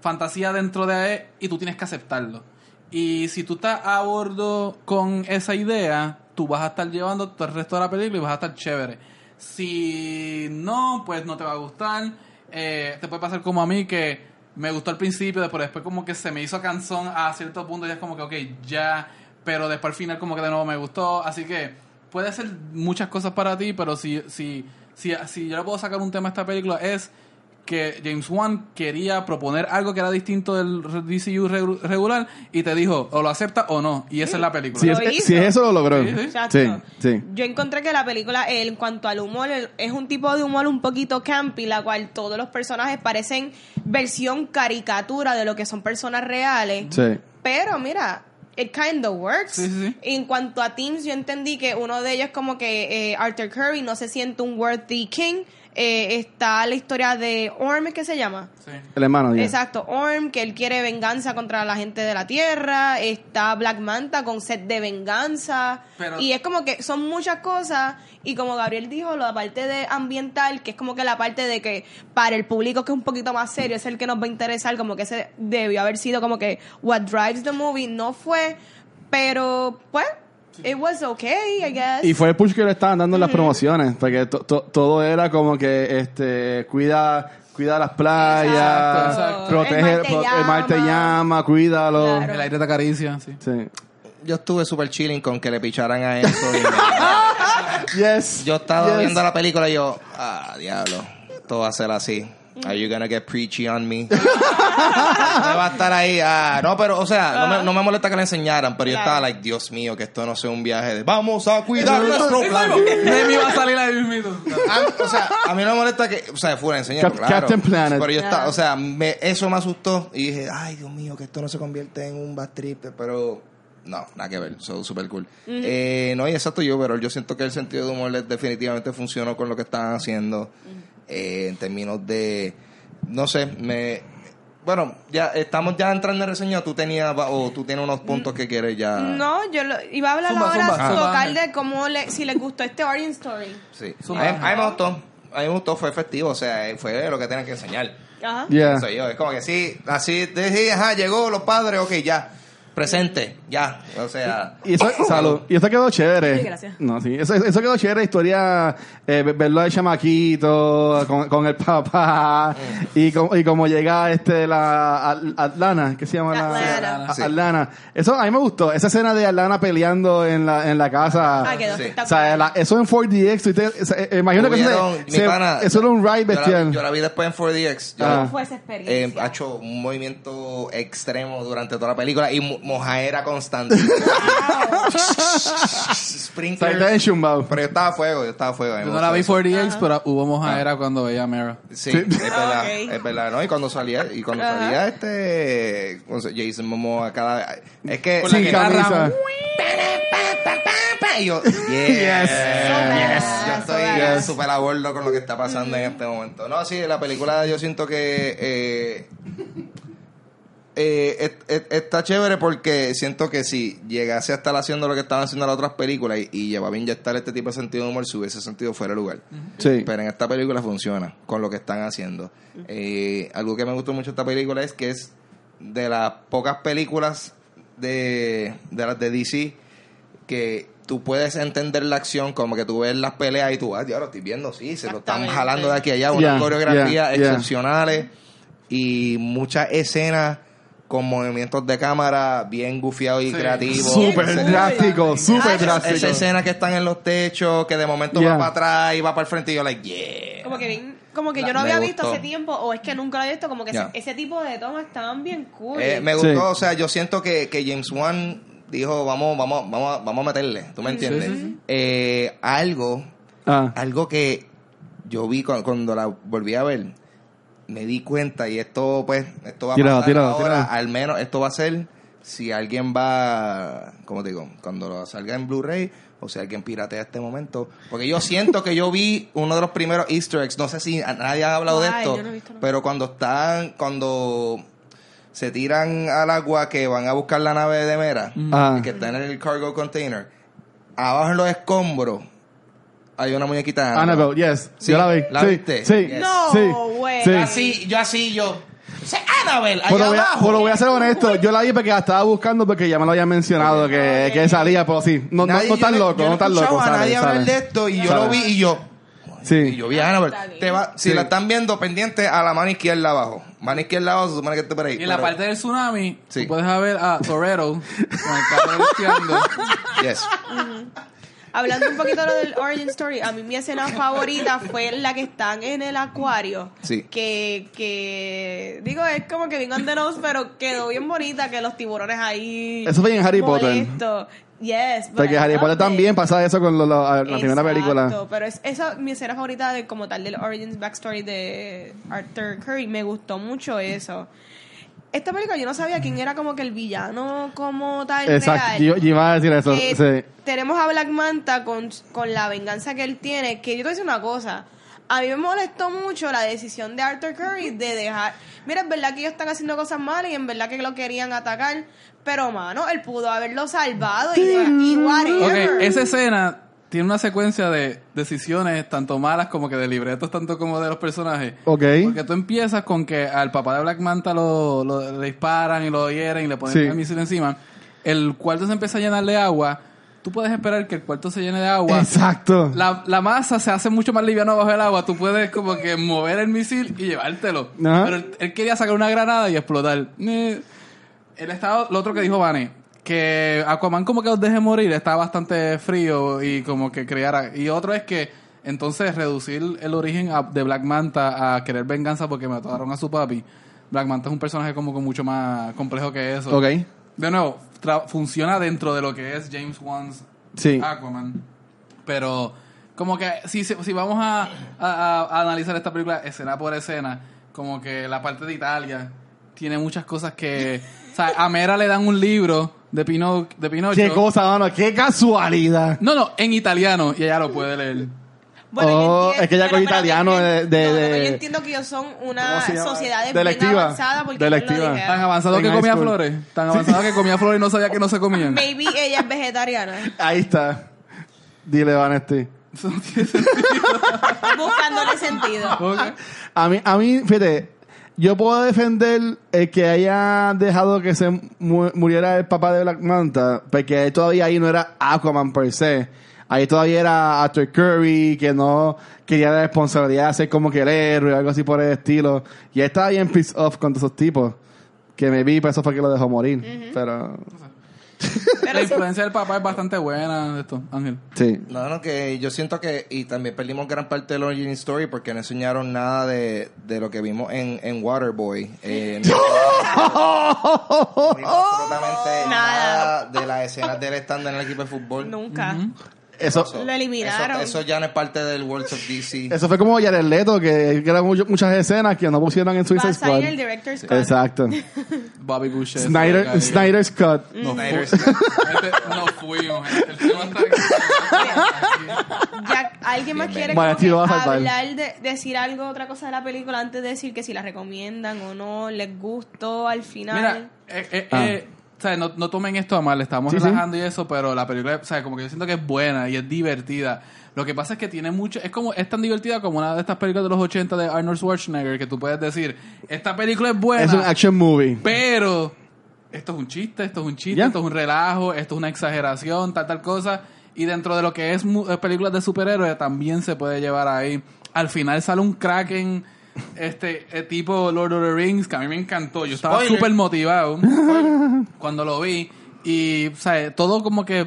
B: fantasía dentro de él y tú tienes que aceptarlo. Y si tú estás a bordo con esa idea, tú vas a estar llevando todo el resto de la película y vas a estar chévere. Si no, pues no te va a gustar. Eh, te puede pasar como a mí que me gustó al principio, pero después como que se me hizo cansón a cierto punto. Ya es como que, ok, ya. Pero después al final como que de nuevo me gustó. Así que puede ser muchas cosas para ti, pero si, si, si, si yo le puedo sacar un tema a esta película es que James Wan quería proponer algo que era distinto del DCU regu- regular y te dijo, o lo aceptas o no. Y esa es la película.
D: Si es,
C: Lo hizo.
D: si es eso, lo logró.
B: Sí, sí.
C: Exacto.
D: Sí, sí.
C: Yo encontré que la película, eh, en cuanto al humor, el- es un tipo de humor un poquito campy, la cual todos los personajes parecen versión caricatura de lo que son personas reales.
D: Sí.
C: Pero mira, it kind of works.
B: Sí, sí, sí.
C: En cuanto a teams, yo entendí que uno de ellos como que eh, Arthur Curry no se siente un worthy king. Eh, está la historia de Orm, que se llama?
B: Sí.
D: El hermano, ya.
C: Exacto, Orm, que él quiere venganza contra la gente de la Tierra, está Black Manta con set de venganza,
B: Pero-
C: y es como que son muchas cosas, y como Gabriel dijo, la parte de ambiental, que es como que la parte de que para el público que es un poquito más serio, es el que nos va a interesar, como que ese debió haber sido como que what drives the movie, no fue, pero pues, it was okay, I guess.
D: Y fue el push que le estaban dando en las promociones, porque to- to- todo era como que este cuida cuida las playas,
B: Exacto, exacto.
D: protege
C: El mar te
D: pro- el mar te
C: llama.
D: llama, cuídalo.
C: Claro.
B: El aire te acaricia, sí.
D: Sí.
A: Yo estuve super chilling con que le picharan a eso.
D: Yes.
A: yo estaba
D: yes.
A: viendo la película y yo, ah, diablo, todo va a ser así. Are you gonna get preachy on me? me va a estar ahí. ah, no, pero, o sea, no me, no me molesta que le enseñaran, pero yo
C: Claro.
A: estaba like, Dios mío, que esto no sea un viaje de vamos a cuidar nuestro plan.
B: Demi va a salir ahí mismito.
A: A- Ah, o sea, a mí no me molesta que, o sea, fue una enseñanza,
D: Cap-
A: claro.
D: Captain Planet.
A: Pero yo estaba,
C: Ah.
A: o sea, me- eso me asustó y dije, ay, Dios mío, que esto no se convierte en un bad trip, pero no, nada que ver, eso es súper cool. Eh, no, y exacto yo, pero yo siento que el sentido de humor les definitivamente funcionó con lo que estaban haciendo eh, en términos de, no sé, me... Bueno, ya estamos ya entrando en reseña. Tú tenías va- o tú tienes unos puntos que quieres ya.
C: No, yo lo- iba a hablar
B: Zumba,
C: ahora
B: zumba, zumba.
C: local de cómo le, si les gustó este Origin Story.
A: Sí. A mí,
B: Zumba.
A: a mí me gustó. A mí me gustó, fue efectivo, o sea, eh, fue lo que tenían que enseñar.
C: Ajá.
D: Yeah.
A: Soy yo. Es como que sí, así, de- sí, ajá, llegó los padres, ok, ya. Presente, ya. O sea.
D: Y eso, salud. Y eso quedó chévere.
C: Sí, gracias.
D: No, sí. Eso, eso quedó chévere. Historia, eh, ve- verlo al chamaquito, con, con el papá,
A: Mm.
D: y, com- y como llega este, la Al- Atlana, ¿qué se llama? la-
C: Atlana.
D: A-
A: Sí.
D: Atlana. Eso a mí me gustó. Esa escena de Atlana peleando en la, en la casa.
C: Ah, quedó
A: Sí.
D: O sea,
C: espectacular.
D: la- eso en 4DX, tú te- o sea, eh, imagino que eso,
A: hubieron-
D: se-
A: mi
D: se-
A: pana,
D: eso era un ride
A: yo la- Yo
D: bestial.
A: la, vi después en 4DX. Yo,
D: Ah.
C: Fue esa
A: eh,
C: experiencia.
A: ha hecho un movimiento extremo durante toda la película y mo- mojaera constante.
D: O sea,
A: Sprinkler.
D: está enchumbado.
A: Pero yo estaba a fuego, yo estaba a fuego. a mí
B: Yo
A: me
B: no la vi
A: gustó eso.
B: 4DX, pero hubo mojadera cuando veía a Mera.
A: Sí,
D: Sí.
A: es verdad,
C: Ah, ok.
A: es verdad, ¿no? Y cuando salía, y cuando
C: Ajá.
A: salía este o sea, Jason Momoa cada es que
D: Sin
A: que-
D: camisa.
A: Y yo, yes, yes. Yo estoy eh,
C: Yes.
A: súper a bordo con lo que está pasando en este momento. No, sí, la película yo siento que eh, eh, et- et- está chévere porque siento que si llegase a estar haciendo lo que estaban haciendo las otras películas y, y llevaba a inyectar este tipo de sentido de humor, si hubiese sentido fuera de lugar.
D: Sí.
A: Pero en esta película funciona con lo que están haciendo. Eh, algo que me gustó mucho de esta película es que es de las pocas películas de, de las de DC que tú puedes entender la acción como que tú ves las peleas y tú, ah, ya lo estoy viendo, sí, se lo están
C: Exactamente.
A: jalando de aquí a allá, unas
D: Yeah,
A: coreografías
D: yeah, yeah.
A: excepcionales y muchas escenas con movimientos de cámara bien gufiados y
B: Sí.
A: creativos.
D: Súper
A: etcétera.
D: drástico, súper
C: Esa-
D: drástico.
A: Esa escena que están en los techos, que de momento
D: Yeah.
A: va para atrás y va para el frente, y yo, like, yeah. Eh,
C: Como que bien, como que
A: La-
C: yo no
A: me
C: había visto
A: gustó.
C: hace tiempo, o es que nunca lo había visto, como que
A: Ya.
C: ese, ese tipo de tomas estaban bien cool.
A: Eh, me
D: Sí.
A: gustó, o sea, yo siento que, que James Wan dijo, vamos, vamos, vamos, a- vamos a meterle, ¿tú me entiendes?
B: sí, sí.
A: Eh, algo,
D: Ah.
A: algo que yo vi cu- cuando, la volví a ver, me di cuenta y esto, pues, esto va a
D: Tíralo,
A: pasar
D: tíralo,
A: ahora,
D: tíralo.
A: al menos esto va a ser si alguien va, como digo, cuando lo salga en Blu-ray o si alguien piratea este momento, porque yo siento que yo vi uno de los primeros Easter eggs, no sé si a- nadie ha hablado de
C: Ay,
A: esto,
C: yo no he visto nada.
A: pero cuando están, cuando se tiran al agua que van a buscar la nave de Mera,
D: Ah.
A: que está en el cargo container, abajo en los escombros hay una muñequita de Annabelle.
D: Annabelle, yes.
A: Ah, Sí,
D: Yo la vi.
A: ¿la
D: sí,
A: viste?
D: Sí.
A: Yes.
C: No,
D: sí,
C: güey.
D: sí.
A: Así, yo así, yo. Ese Annabelle, allá
D: Pero voy, a,
A: abajo.
D: pero voy a ser honesto, yo la vi porque la estaba buscando porque ya me lo habían mencionado que, que salía, pero sí, no, no,
A: Nadie-
D: no tan
A: yo
D: loco,
A: yo
D: no tan loco,
A: escuchaba a nadie
D: sale,
A: hablar de
D: sale.
A: esto y yo
D: Sale.
A: lo vi y yo.
D: Sí.
A: Y yo vi a Annabelle.
C: Está bien.
A: Te va- si
D: Sí.
A: la están viendo, pendiente a la mano izquierda abajo. Mano izquierda abajo, se supone que esté por ahí.
B: Y en la
A: pero-
B: parte del tsunami,
A: Sí.
B: tú puedes ver a Torero con el carro volteando.
A: Yes.
C: Hablando un poquito de lo del Origin Story, a mí mi escena favorita fue la que están en el acuario.
A: Sí.
C: Que, que digo, es como que bien on the nose, pero quedó bien bonita que los tiburones ahí.
D: Eso fue en Harry Potter.
C: molesto. Yes. but
D: Porque
C: I
D: Harry
C: loved
D: Potter
C: it.
D: también pasa eso con lo- lo- a- la
C: Exacto,
D: primera
C: Pues
D: película.
C: Pero es, esa mi escena favorita de como tal del Origins Backstory de Arthur Curry. Me gustó mucho eso. Esta película yo no sabía quién era como que el villano como tal.
D: Exacto,
C: real.
D: yo, yo iba a decir eso.
C: Eh,
D: sí.
C: Tenemos a Black Manta con, con la venganza que él tiene. Que yo te voy a decir una cosa. A mí me molestó mucho la decisión de Arthur Curry de dejar. Mira, es verdad que ellos están haciendo cosas malas y en verdad que lo querían atacar. Pero, mano, él pudo haberlo salvado y, deja- y
B: Ok,
C: whatever.
B: esa escena tiene una secuencia de decisiones tanto malas como que de libretos, tanto como de los personajes.
D: Ok.
B: Porque tú empiezas con que al papá de Black Manta lo, lo- le disparan y lo hieren y le ponen
D: Sí.
B: un misil encima. El cuarto se empieza a llenar de agua. Tú puedes esperar que el cuarto se llene de agua.
D: Exacto.
B: La, la masa se hace mucho más liviana bajo el agua. Tú puedes como que mover el misil y llevártelo.
D: Ajá.
B: Pero él, él quería sacar una granada y explotar. Eh. El estado, lo otro que dijo Vane, que Aquaman como que os deje morir, está bastante frío y como que creara. Y otro es que Entonces, reducir el origen a- de Black Manta a querer venganza porque mataron a su papi. Black Manta es un personaje como que mucho más complejo que eso.
D: Ok.
B: De nuevo, tra- funciona dentro de lo que es James Wan's
D: Sí.
B: Aquaman. Pero, como que si, se- si vamos a, a- a analizar esta película escena por escena, como que la parte de Italia tiene muchas cosas que. O sea, a Mera le dan un libro de, Pino, de Pinocho.
D: Qué cosa, mano, qué casualidad.
B: No, no, en italiano y ella lo puede leer.
C: Bueno, yo
D: Oh,
C: entiendo-
D: es que ella
C: pero
D: coge
C: espérate,
D: italiano
C: yo
D: de-
C: entiendo-
D: de-
C: no, no,
D: de-
C: yo entiendo que ellos son
D: ¿Cómo
C: una
D: se llama?
C: sociedad
D: De
C: bien
D: lectiva.
C: avanzada porque
D: De
C: ellos
D: lectiva.
C: lo
B: Tan
D: Ah.
C: dijeron.
B: avanzado
D: En
B: que
D: high
B: comía
D: school.
B: flores. Tan avanzado que comía flores y no sabía que no se comían.
C: Maybe ella es vegetariana.
D: Ahí está. Dile, Vanesti.
B: Eso no tiene sentido.
C: Buscándole sentido.
B: Ok.
D: A mí, a mí, fíjate, yo puedo defender el que haya dejado que se mu- muriera el papá de Black Manta, porque todavía ahí no era Aquaman per se. Ahí todavía era Arthur Curry, que no quería la responsabilidad de ser como que el héroe o algo así por el estilo. Y ahí estaba bien pissed off con todos esos tipos. Que me vi, para eso fue que lo dejó morir. Pero,
B: La influencia del papá es bastante buena de esto, Ángel.
D: sí.
A: No, no, que yo siento que. Y también perdimos gran parte del Origin Story porque no enseñaron nada de, de lo que vimos en, en Waterboy. Eh, no, no vimos absolutamente
C: Nada.
A: nada de las escenas del stand en el equipo de fútbol.
C: Nunca.
D: Eso,
A: So,
C: Lo eliminaron.
A: Eso, eso ya no es parte del World of DC.
D: eso fue como Jared Leto, que, que eran mucho- muchas escenas que no pusieron en Suicide
C: Pasa
D: Squad.
C: en el director's cut.
D: Exacto.
B: Bobby Bush. es-
D: Snyder, Snyder's Cut.
C: Mm.
B: No, fu-
A: Snyder's
B: Este- no fuimos. gente. El tema está aquí.
C: Ya, ¿Alguien más quiere
D: Vaya,
C: como
D: tío,
C: que
D: vas a salvar.
C: hablar de, decir algo, otra cosa de la película antes de decir que si la recomiendan o no, les gustó al final?
B: Mira, eh, eh, eh, o sea, no, no tomen esto a mal, estamos
D: Ah. Sí, sí.
B: relajando y eso, pero la película, o sea, como que yo siento que es buena y es divertida. Lo que pasa es que tiene mucho, es como, es tan divertida como una de estas películas de los 80 de Arnold Schwarzenegger que tú puedes decir, esta película es buena,
D: Es un action movie.
B: Pero esto es un chiste, esto es un chiste,
D: Ya.
B: esto es un relajo, esto es una exageración, tal, tal cosa. Y dentro de lo que es mu- eh, películas de superhéroes también se puede llevar ahí. Al final sale un Kraken, este eh, tipo Lord of the Rings, que a mí me encantó. Yo estaba
A: Spoiler.
B: súper motivado cuando lo vi. Y, o sea, todo como que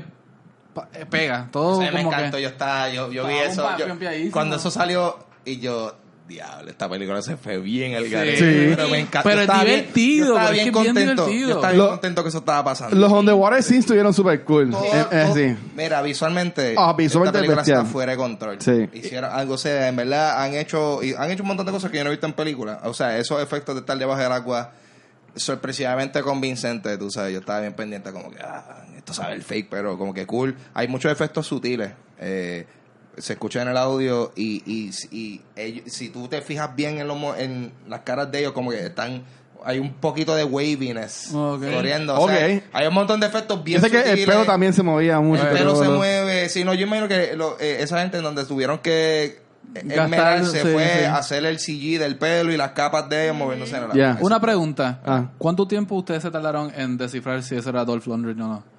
B: pa- eh, pega. Todo
A: O sea, me
B: como
A: encantó,
B: que...
A: yo estaba, yo, yo vi
B: Estaba
A: eso.
B: bomba-
A: yo-
B: bombeadísimo.
A: cuando eso salió, y yo, diablo, esta película se fue bien el
B: Sí.
A: garete.
D: Sí.
A: Pero me encantó.
B: Pero
A: yo
B: es
A: estaba bien-
B: divertido,
A: yo estaba
B: pero
A: bien
B: es que es bien
A: contento.
B: divertido.
A: Yo estaba bien
D: Lo-
A: contento que eso estaba pasando.
D: Los Underwater Scenes estuvieron super cool.
A: Todo-
D: Es- es
A: todo-
D: así.
A: Mira, visualmente,
D: Ah,
A: esta
D: visualmente
A: película
D: bestial.
A: está fuera de control.
D: Sí.
A: Hicieron algo, o sea, en verdad han hecho, y han hecho un montón de cosas que yo no he visto en películas. O sea, esos efectos de estar debajo del agua sorpresivamente convincentes, tú sabes, yo estaba bien pendiente como que, ah, esto sabe el fake, pero como que cool. Hay muchos efectos sutiles. eh, se escucha en el audio y, y, y ellos- si tú te fijas bien en, los mo- en las caras de ellos, como que están... Hay un poquito de waviness
B: Ok.
A: corriendo. o sea,
D: Ok.
A: hay un montón de efectos bien
D: Yo sé que el
A: sutiles.
D: pelo también se movía mucho.
A: El
D: que
A: pelo
D: todo
A: se
D: lo-
A: mueve. Sí, no, yo imagino que lo- eh, esa gente en donde tuvieron que
B: Gastar,
A: esmerarse
B: sí,
A: fue
B: sí.
A: a hacer el CG del pelo y las capas de ellos moviéndose en el
D: Ya.
A: agua.
B: Una pregunta.
D: Ah.
B: ¿Cuánto tiempo ustedes se tardaron en descifrar si ese era Dolph Lundgren o no?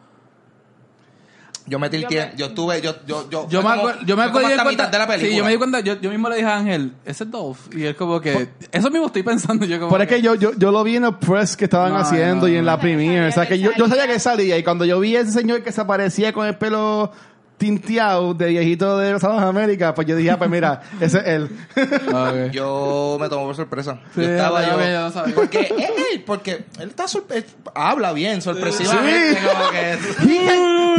A: Yo metí el
C: Yo
A: tiempo.
C: me-
A: Yo tuve. Yo, yo, yo, fue
B: Yo me,
A: como-
B: acuerdo, yo me
A: fue como
B: acuerdo
A: hasta
B: yo
A: mitad de la película.
B: Sí, yo me di cuenta, yo, yo mismo le dije a Ángel, ese es Dolph. Y él como que, eso mismo estoy pensando yo como
D: Pero es que yo, yo, yo lo vi en el press que estaban
B: No,
D: haciendo
B: no,
D: y en
B: no.
D: la premiere. O sea, que yo, yo sabía que salía y cuando yo vi a ese señor que se aparecía con el pelo tinteado de viejito de los Estados América, pues yo dije, ah, pues mira, ese es él.
B: Ok.
A: Yo me tomó por sorpresa.
B: Sí,
A: yo estaba
B: yo
A: yo.
B: también, yo no sabía.
A: Porque es él, porque él está sorpre- él habla bien, sorpresivamente.
D: Sí.
A: como que-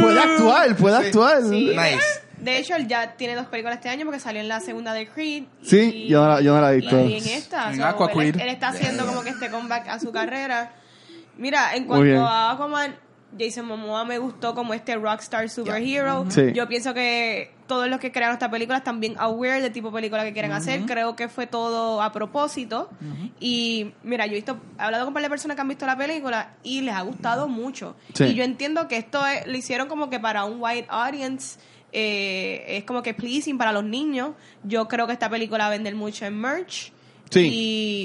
D: puede actuar, puede actuar.
C: Sí.
A: Nice.
C: De hecho, él ya tiene dos películas este año porque salió en la segunda de Creed.
D: Sí,
C: y-
D: yo no, la- yo no la he
C: y
D: visto.
C: en esta.
B: En
C: so,
B: Aqua
C: él,
B: Creed.
C: él está haciendo como que este comeback a su carrera. Mira, en
D: Muy bien.
C: cuanto a Aquaman, Jason Momoa me gustó como este rockstar superhero.
D: Sí.
C: Yo pienso que todos los que crearon esta película están bien aware del tipo de película que quieren hacer. Creo que fue todo a propósito. Y mira, yo he, visto, he hablado con un par de personas que han visto la película y les ha gustado mucho.
D: Sí.
C: Y yo entiendo que esto es- lo hicieron como que para un wide audience. eh, es como que pleasing para los niños. Yo creo que esta película va a vender mucho en merch.
D: Sí.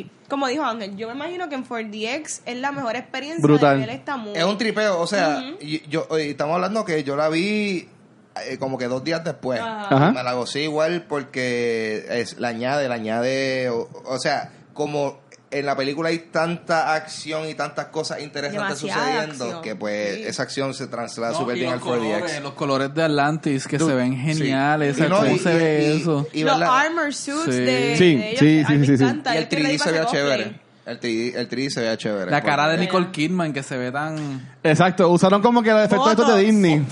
C: Y como dijo Ángel, yo me imagino que en 4DX es la mejor experiencia
D: Brutal.
C: de ver esta movie.
A: Es un tripeo, o sea, y- yo, y estamos hablando que yo la vi eh, como que dos días después.
C: Ajá.
D: Ajá.
A: Y Me la gocé igual porque es, la añade, la añade, o, o sea, como en la película hay tanta acción y tantas cosas interesantes
C: Demasiada
A: sucediendo
C: acción.
A: que pues
C: Sí.
A: esa acción se traslada
B: No,
A: súper
B: y
A: bien
B: los
A: al 4DX.
B: colores, Los colores de Atlantis que se ven
A: Sí.
B: geniales.
A: Y no,
B: ¿Cómo
A: y-
B: se ve
A: y- y-
B: eso?
A: y
C: los
A: verla-
C: armor suits
B: Sí.
C: de,
D: Sí,
C: de ellos,
D: sí,
C: que- ay,
D: sí,
C: me
D: sí, sí.
A: Y
C: encanta.
A: el
C: Es que la
A: 3D
C: iba a
A: se veía
C: hacer cosplay.
A: chévere. El 3D, el 3D se veía chévere.
B: La cara de
C: Bueno.
B: Nicole Kidman que se ve tan...
D: Exacto, usaron como que los efectos estos de
C: Botox.
D: Disney.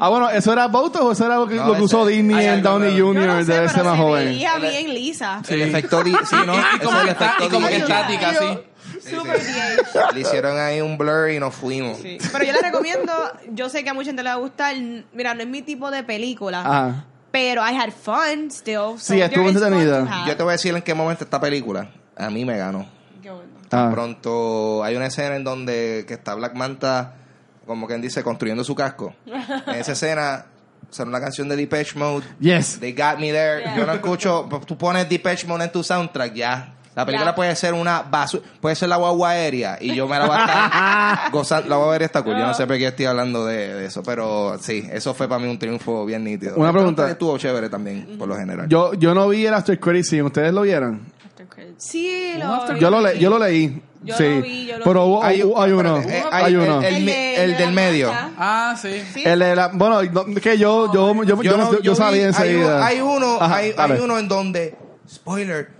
D: Ah, bueno, ¿eso era Botox o eso era lo que,
A: No,
D: lo que usó
A: ese-
D: Disney
A: hay
D: en
A: algo
D: Downey
A: de-
C: Yo
D: Jr.
C: no sé,
D: debe
C: pero
D: ser más
C: se
D: joven?
C: veía
A: El-
C: bien lisa.
A: El efecto di- sí, ¿no?
B: Ah, Y
A: Eso
B: como
A: es el
B: que está-
A: efecto
B: y como que
A: Disney.
B: estática,
C: Ay,
B: así.
A: Sí,
C: Super
A: sí.
C: bien.
A: Le hicieron ahí un blur y nos fuimos.
C: Sí. Pero yo la recomiendo. Yo sé que a mucha gente le va a gustar. Mira, no es mi tipo de película.
D: Ajá.
C: Pero I had fun still. so
D: Ah. Sí,
C: there
D: estuvo
C: is fun
D: entretenida.
C: to have.
A: Yo te voy a decir en qué momento esta película a mí me ganó.
C: Qué bueno.
D: Ah.
A: Pronto hay una escena en donde que está Black Manta, como quien dice, construyendo su casco. En esa escena sale una canción de Depeche Mode.
D: Yes.
A: They got me there.
C: Yeah.
A: Yo no escucho. Tú pones Depeche Mode en tu soundtrack, ya. La película
C: Ya.
A: puede ser una basura. Puede ser la guagua aérea. Y yo me la voy a estar gozando. La guagua aérea está cool. Yo no sé por qué estoy hablando de, de eso. Pero sí, eso fue para mí un triunfo bien nítido.
D: Una
A: El
D: pregunta.
A: trailer Estuvo chévere también, por lo general.
D: Yo, yo no vi el After Credit Scene, ¿ustedes lo vieron?
C: Sí,
B: Un
C: lo.
B: after-
D: Yo lo, le- yo lo leí.
C: Yo
D: sí.
C: lo vi, yo lo
D: Pero
C: vi.
D: hubo- hay, oh, hay uno.
A: espérate, eh, hay-
D: hay uno.
A: el- mi- el
C: de
A: del
C: la
A: medio.
C: masa.
B: Ah, sí.
C: Sí.
D: El de la- bueno, no, que yo, yo, yo, yo,
A: no-
D: yo
A: vi-
D: sabía
A: hay
D: enseguida.
A: un- Hay, uno,
D: Ajá,
A: hay, hay
D: dale.
A: uno en donde, spoiler,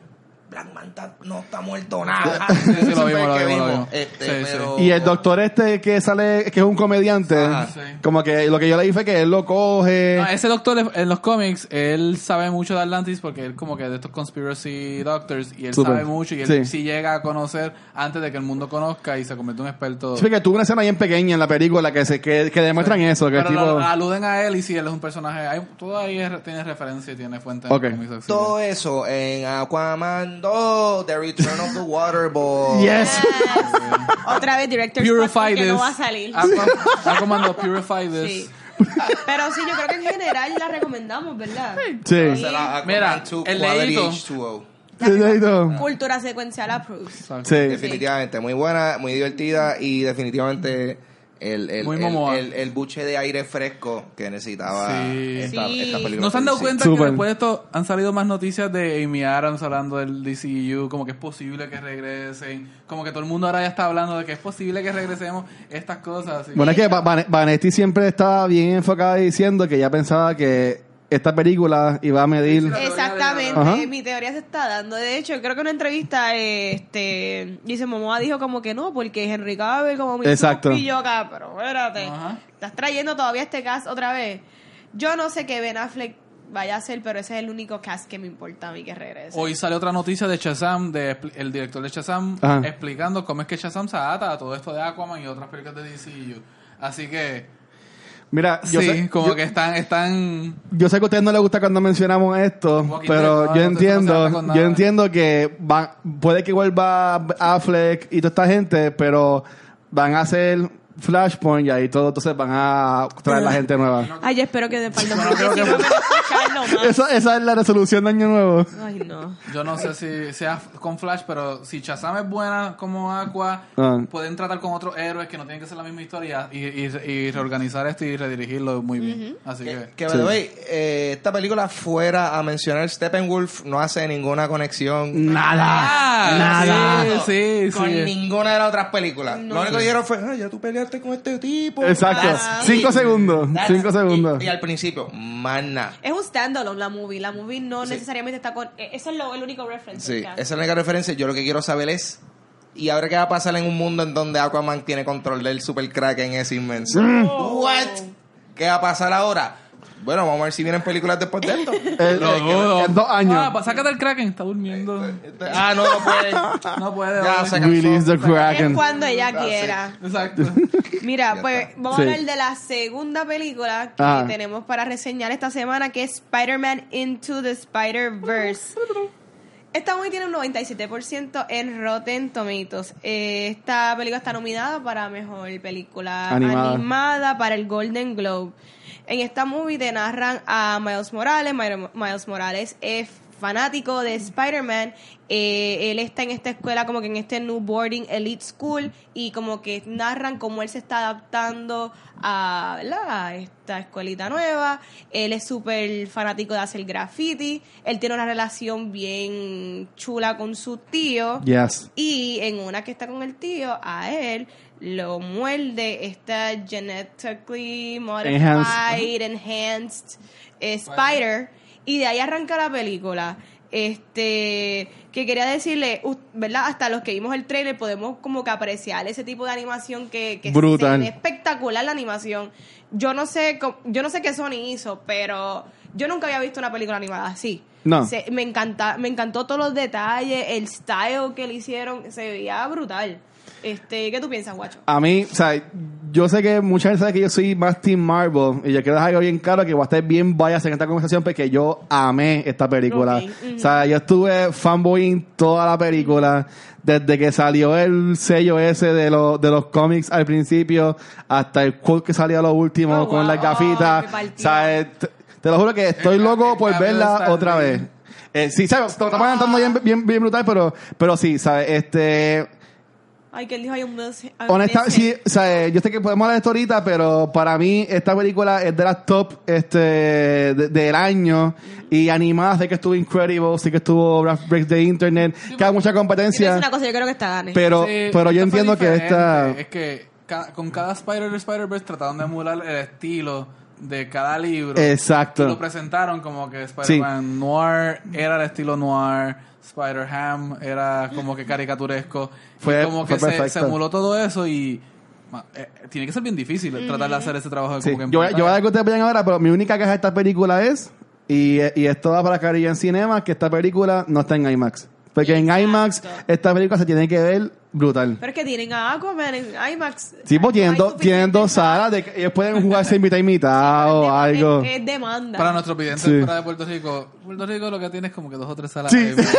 A: Black Manta no está muerto nada.
B: sí, lo
A: Eso fue
B: vimos, lo
A: el que
B: vimos, lo
A: vimos.
B: vimos.
A: Este,
B: Sí, sí.
A: pero-
D: Y el doctor este que sale, que es un comediante,
A: Ajá,
B: sí.
D: como que lo que yo leí fue que él lo coge.
B: No, ese doctor es- en los cómics, él sabe mucho de Atlantis porque él como que de estos conspiracy doctors y él
D: Súper.
B: sabe mucho y él
D: Sí.
B: sí. llega a conocer antes de que el mundo conozca y se convierte en un experto.
D: Sí, que tuvo una escena bien pequeña en la película que se que, que demuestran eso, que
B: Pero
D: tipo...
B: lo- aluden a él y si él es un personaje, hay, todo ahí es- tiene referencia y tiene fuente. en los
D: Ok.
B: cómics, así que-
A: Todo eso en Aquaman 2, The Return of the Waterboy.
D: Yes.
C: Otra vez Director
B: Purify
C: que
B: this.
C: no va a salir.
D: Ah.
B: Aqua- Aquaman dos, Purify this.
C: Sí. Pero sí, yo creo que en general la recomendamos, ¿verdad?
A: O
D: Sí.
A: sea, la Aquaman
B: Mira,
A: 2
B: el
A: Quality
B: leído.
A: H2O.
D: Exacto.
C: Cultura secuencial approves.
B: Exacto.
D: Sí.
A: Definitivamente, muy buena, muy divertida y definitivamente el, el,
B: Muy
A: el,
B: Momoa.
A: el- el buche de aire fresco que necesitaba
B: Sí.
A: esta,
C: Sí.
A: esta película.
B: Nos han dado
A: Sí.
B: cuenta
D: Súper.
B: que después de esto han salido más noticias de Amy Adams hablando del DCU, como que es posible que regresen, como que todo el mundo ahora ya está hablando de que es posible que regresemos estas cosas. así.
D: Bueno, es que Va- Van- Vanetti siempre estaba bien enfocada diciendo que ya pensaba que esta película iba a medir...
B: teoría de la-
C: Exactamente,
D: Ajá.
C: mi teoría se está dando. De hecho, creo que en una entrevista, este, dice Momoa dijo como que no, porque Henry Cavill como mi
D: Exacto.
C: y yo acá, pero espérate,
B: Ajá.
C: estás trayendo todavía este cast otra vez. Yo no sé qué Ben Affleck vaya a hacer, pero ese es el único cast que me importa a mí que regrese.
B: Hoy sale otra noticia de Shazam, de expl- el director de Shazam,
D: Ajá.
B: explicando cómo es que Shazam se ata a todo esto de Aquaman y otras películas de DCU. Así que,
D: Mira, yo
B: sí,
D: sé,
B: como
D: yo-
B: que están, están
D: Yo sé que a ustedes no les gusta cuando mencionamos esto,
B: Walking
D: pero
B: Dead, no, no,
D: yo
B: no se
D: entiendo,
B: trata con nada.
D: yo entiendo que va- puede que vuelva Affleck y toda esta gente, pero van a hacer Flashpoint y ahí todo, entonces van a traer la gente nueva.
C: Ay, yo espero que de parte
B: Bueno, creo que-
D: Esa, esa es la resolución de Año Nuevo.
C: Ay, no.
B: Yo no sé si sea f- con Flash, pero si Shazam es buena como Aqua,
D: Ah.
B: pueden tratar con otros héroes que no tienen que ser la misma historia y, y, y reorganizar esto y redirigirlo muy bien. Así que...
A: Que, by the way, eh, esta película fuera a mencionar Steppenwolf no hace ninguna conexión
D: Nada.
B: Ah, Sí, sí,
A: con
B: sí.
A: ninguna de las otras películas. Lo único que dijeron fue, ah, ya tú peleaste con este tipo.
D: Exacto.
A: Ah, sí.
D: Cinco segundos. Cinco
A: Y-
D: segundos.
A: Y, al principio, mana.
C: Es un standalone la movie. La movie no necesariamente está con. eh, Eso es lo, el único reference.
A: Sí,
C: ya.
A: esa es la única referencia. Yo lo que quiero saber es, ¿y ahora qué va a pasar en un mundo en donde Aquaman tiene control del super kraken ese inmenso?
D: Mm.
A: What? ¿Qué va a pasar ahora? Bueno, vamos a ver si vienen películas después de esto.
D: Eh,
B: Lo
D: eh,
B: dudo.
D: en dos años.
B: Ah, pa- sácate el Kraken, está durmiendo.
A: ah, no, no puede.
B: No puede.
A: Ya,
B: vale.
A: se acabó.
D: Release the
C: Es
D: Kraken.
C: cuando ella quiera.
B: Exacto.
C: Mira,
A: Ya
C: pues
A: está.
C: vamos
D: Sí.
C: a hablar de la segunda película que
D: Ah.
C: tenemos para reseñar esta semana, que es Spider-Man Into the Spider-Verse. Esta movie tiene un 97% en Rotten Tomatoes. Eh, esta película está nominada para Mejor Película
D: Animada.
C: animada. para el Golden Globe. En esta movie te narran a Miles Morales. Mira- Miles Morales es fanático de Spider-Man. Eh, él está en esta escuela, como que en este New Boarding Elite School, y como que narran cómo él se está adaptando a, ¿verdad? a esta escuelita nueva. Él es súper fanático de hacer graffiti. Él tiene una relación bien chula con su tío.
D: Yes.
C: Y en una que está con el tío, a él lo muerde esta genetically modified, enhanced, eh, spider. Y de ahí arranca la película. Este, que quería decirle, u- ¿verdad? Hasta los que vimos el trailer podemos como que apreciar ese tipo de animación que, que
D: Brutal.
C: se ve espectacular la animación. Yo no sé, co- yo no sé qué Sony hizo, pero yo nunca había visto una película animada así.
D: No.
C: Se- me encanta, me encantó todos los detalles, el style que le hicieron, se veía brutal. Este, ¿qué tú piensas, guacho?
D: A mí, o sea, yo sé que mucha gente sabe que yo soy más Team Marvel y yo quiero dejar algo bien claro que va a estar bien bias en esta conversación porque yo amé esta película.
C: Ok, ujú.
D: O sea, yo estuve fanboying toda la película desde que salió el sello ese de, los de los cómics al principio hasta el quote que salió a lo último
C: Oh,
D: con
C: wow.
D: las gafitas.
C: Ay, me partió.
D: O sea, eh, t- te lo juro que estoy
B: El-
D: loco
B: el
D: por
B: cambio
D: verla
B: está
D: otra
B: bien.
D: vez. Eh, sí, sabes, Lo estamos cantando
C: Ah.
D: bien, bien, bien brutal, pero, pero sí, sabes, este,
C: Ay, que él dijo, hay un
D: Honestamente, sí, o sea, eh, yo sé que podemos hablar de esto ahorita, pero para mí esta película es de las top este, de- del año y animada, sé que estuvo Incredible, sé que estuvo Ralph Breaks the Internet, que hay mucha
C: Es
D: competencia,
C: una cosa, yo creo que está gane.
D: pero,
B: Sí,
D: pero yo
B: esta fue
D: entiendo que
B: diferente.
D: esta...
B: Es que ca- con cada Spider Spider-Verse trataron de emular el estilo de cada libro. Y
D: Exacto.
B: lo presentaron como que Spider-Man Noir era el estilo Noir, Spider-Ham era como que caricaturesco. Y
D: Fue-
B: como
D: fue
B: que se,
D: perfecto.
B: se emuló todo eso y... ma, eh, tiene que ser bien difícil tratar de hacer ese trabajo de
D: Sí.
B: como que en
D: Yo, yo voy a
B: pantalla.
D: dar que ustedes vayan ahora, pero mi única queja de esta película es, y, y esto va para Caribbean Cinema, que esta película no está en IMAX. Porque en IMAX
C: Exacto.
D: esta película se tiene que ver brutal.
C: Pero es que tienen a Aquaman en IMAX.
D: Sí, pues tienen,
C: No hay
D: dos- tienen dos
C: suficiente-
D: salas, de, que ellos pueden jugarse mitad y mitad o
C: Es-
D: algo.
C: Es, demanda.
B: Para nuestros videntes
D: Sí.
B: fuera de Puerto Rico, Puerto Rico lo que tiene es como que dos o tres salas.
D: Sí.
B: ahí, pues.
C: Sí.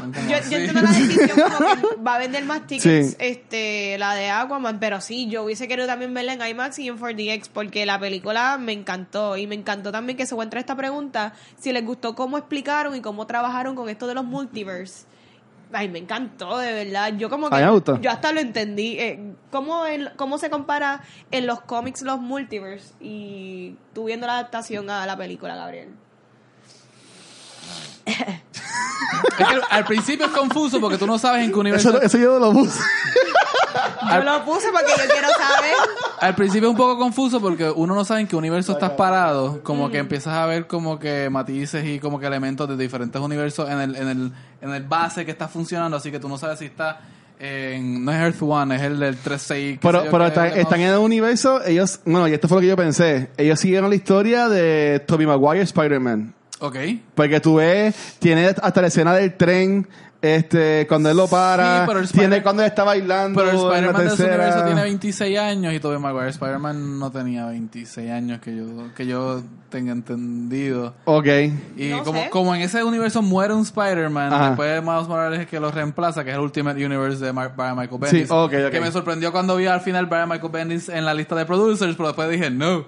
B: Son como
C: Yo,
B: así.
C: yo entiendo la decisión como que va a vender más tickets
D: Sí.
C: este, la de Aquaman, pero sí, yo hubiese querido también verla en IMAX y en 4DX porque la película me encantó y me encantó también que se encuentra esta pregunta, si les gustó cómo explicaron y cómo trabajaron con esto de los multiverse. Ay, me encantó, de verdad. Yo como que...
D: A mí me gustó.
C: Yo hasta lo entendí. eh, ¿cómo, el- ¿Cómo se compara en los cómics los multiverse y tú viendo la adaptación a la película, Gabriel?
B: Es que al principio es confuso porque tú no sabes en qué universo.
D: Eso, eso yo lo puse.
C: Yo lo puse porque yo quiero saber.
B: Al principio es un poco confuso porque uno no sabe en qué universo estás parado. Como que empiezas a ver como que matices y como que elementos de diferentes universos en el, en el, en el base que está funcionando. Así que tú no sabes si está en. No es Earth One, es el del 36. qué sé
D: Pero,
B: yo,
D: pero
B: qué
D: están,
B: demás.
D: están en el universo, ellos, bueno, y esto fue lo que yo pensé. Ellos siguieron la historia de Tobey Maguire Spider-Man.
B: Ok.
D: Porque tú ves, tiene hasta la escena del tren, este, cuando él lo para,
B: Sí, pero el
D: tiene
B: Spider-
D: cuando él está bailando.
B: Pero el
D: en la
B: Spider-Man de su
D: tercera.
B: universo tiene 26 años y Tobey Maguire Spider-Man no tenía 26 años que yo, que yo tenga entendido.
D: Ok.
B: Y
C: No
B: como,
C: sé.
B: como en ese universo muere un Spider-Man,
D: Ajá.
B: después de Miles Morales es que lo reemplaza, que es el Ultimate Universe de Mar- Brian Michael Bendis.
D: Sí, ok, ok.
B: Que me sorprendió cuando vi al final Brian Michael Bendis en la lista de producers, pero después dije, no.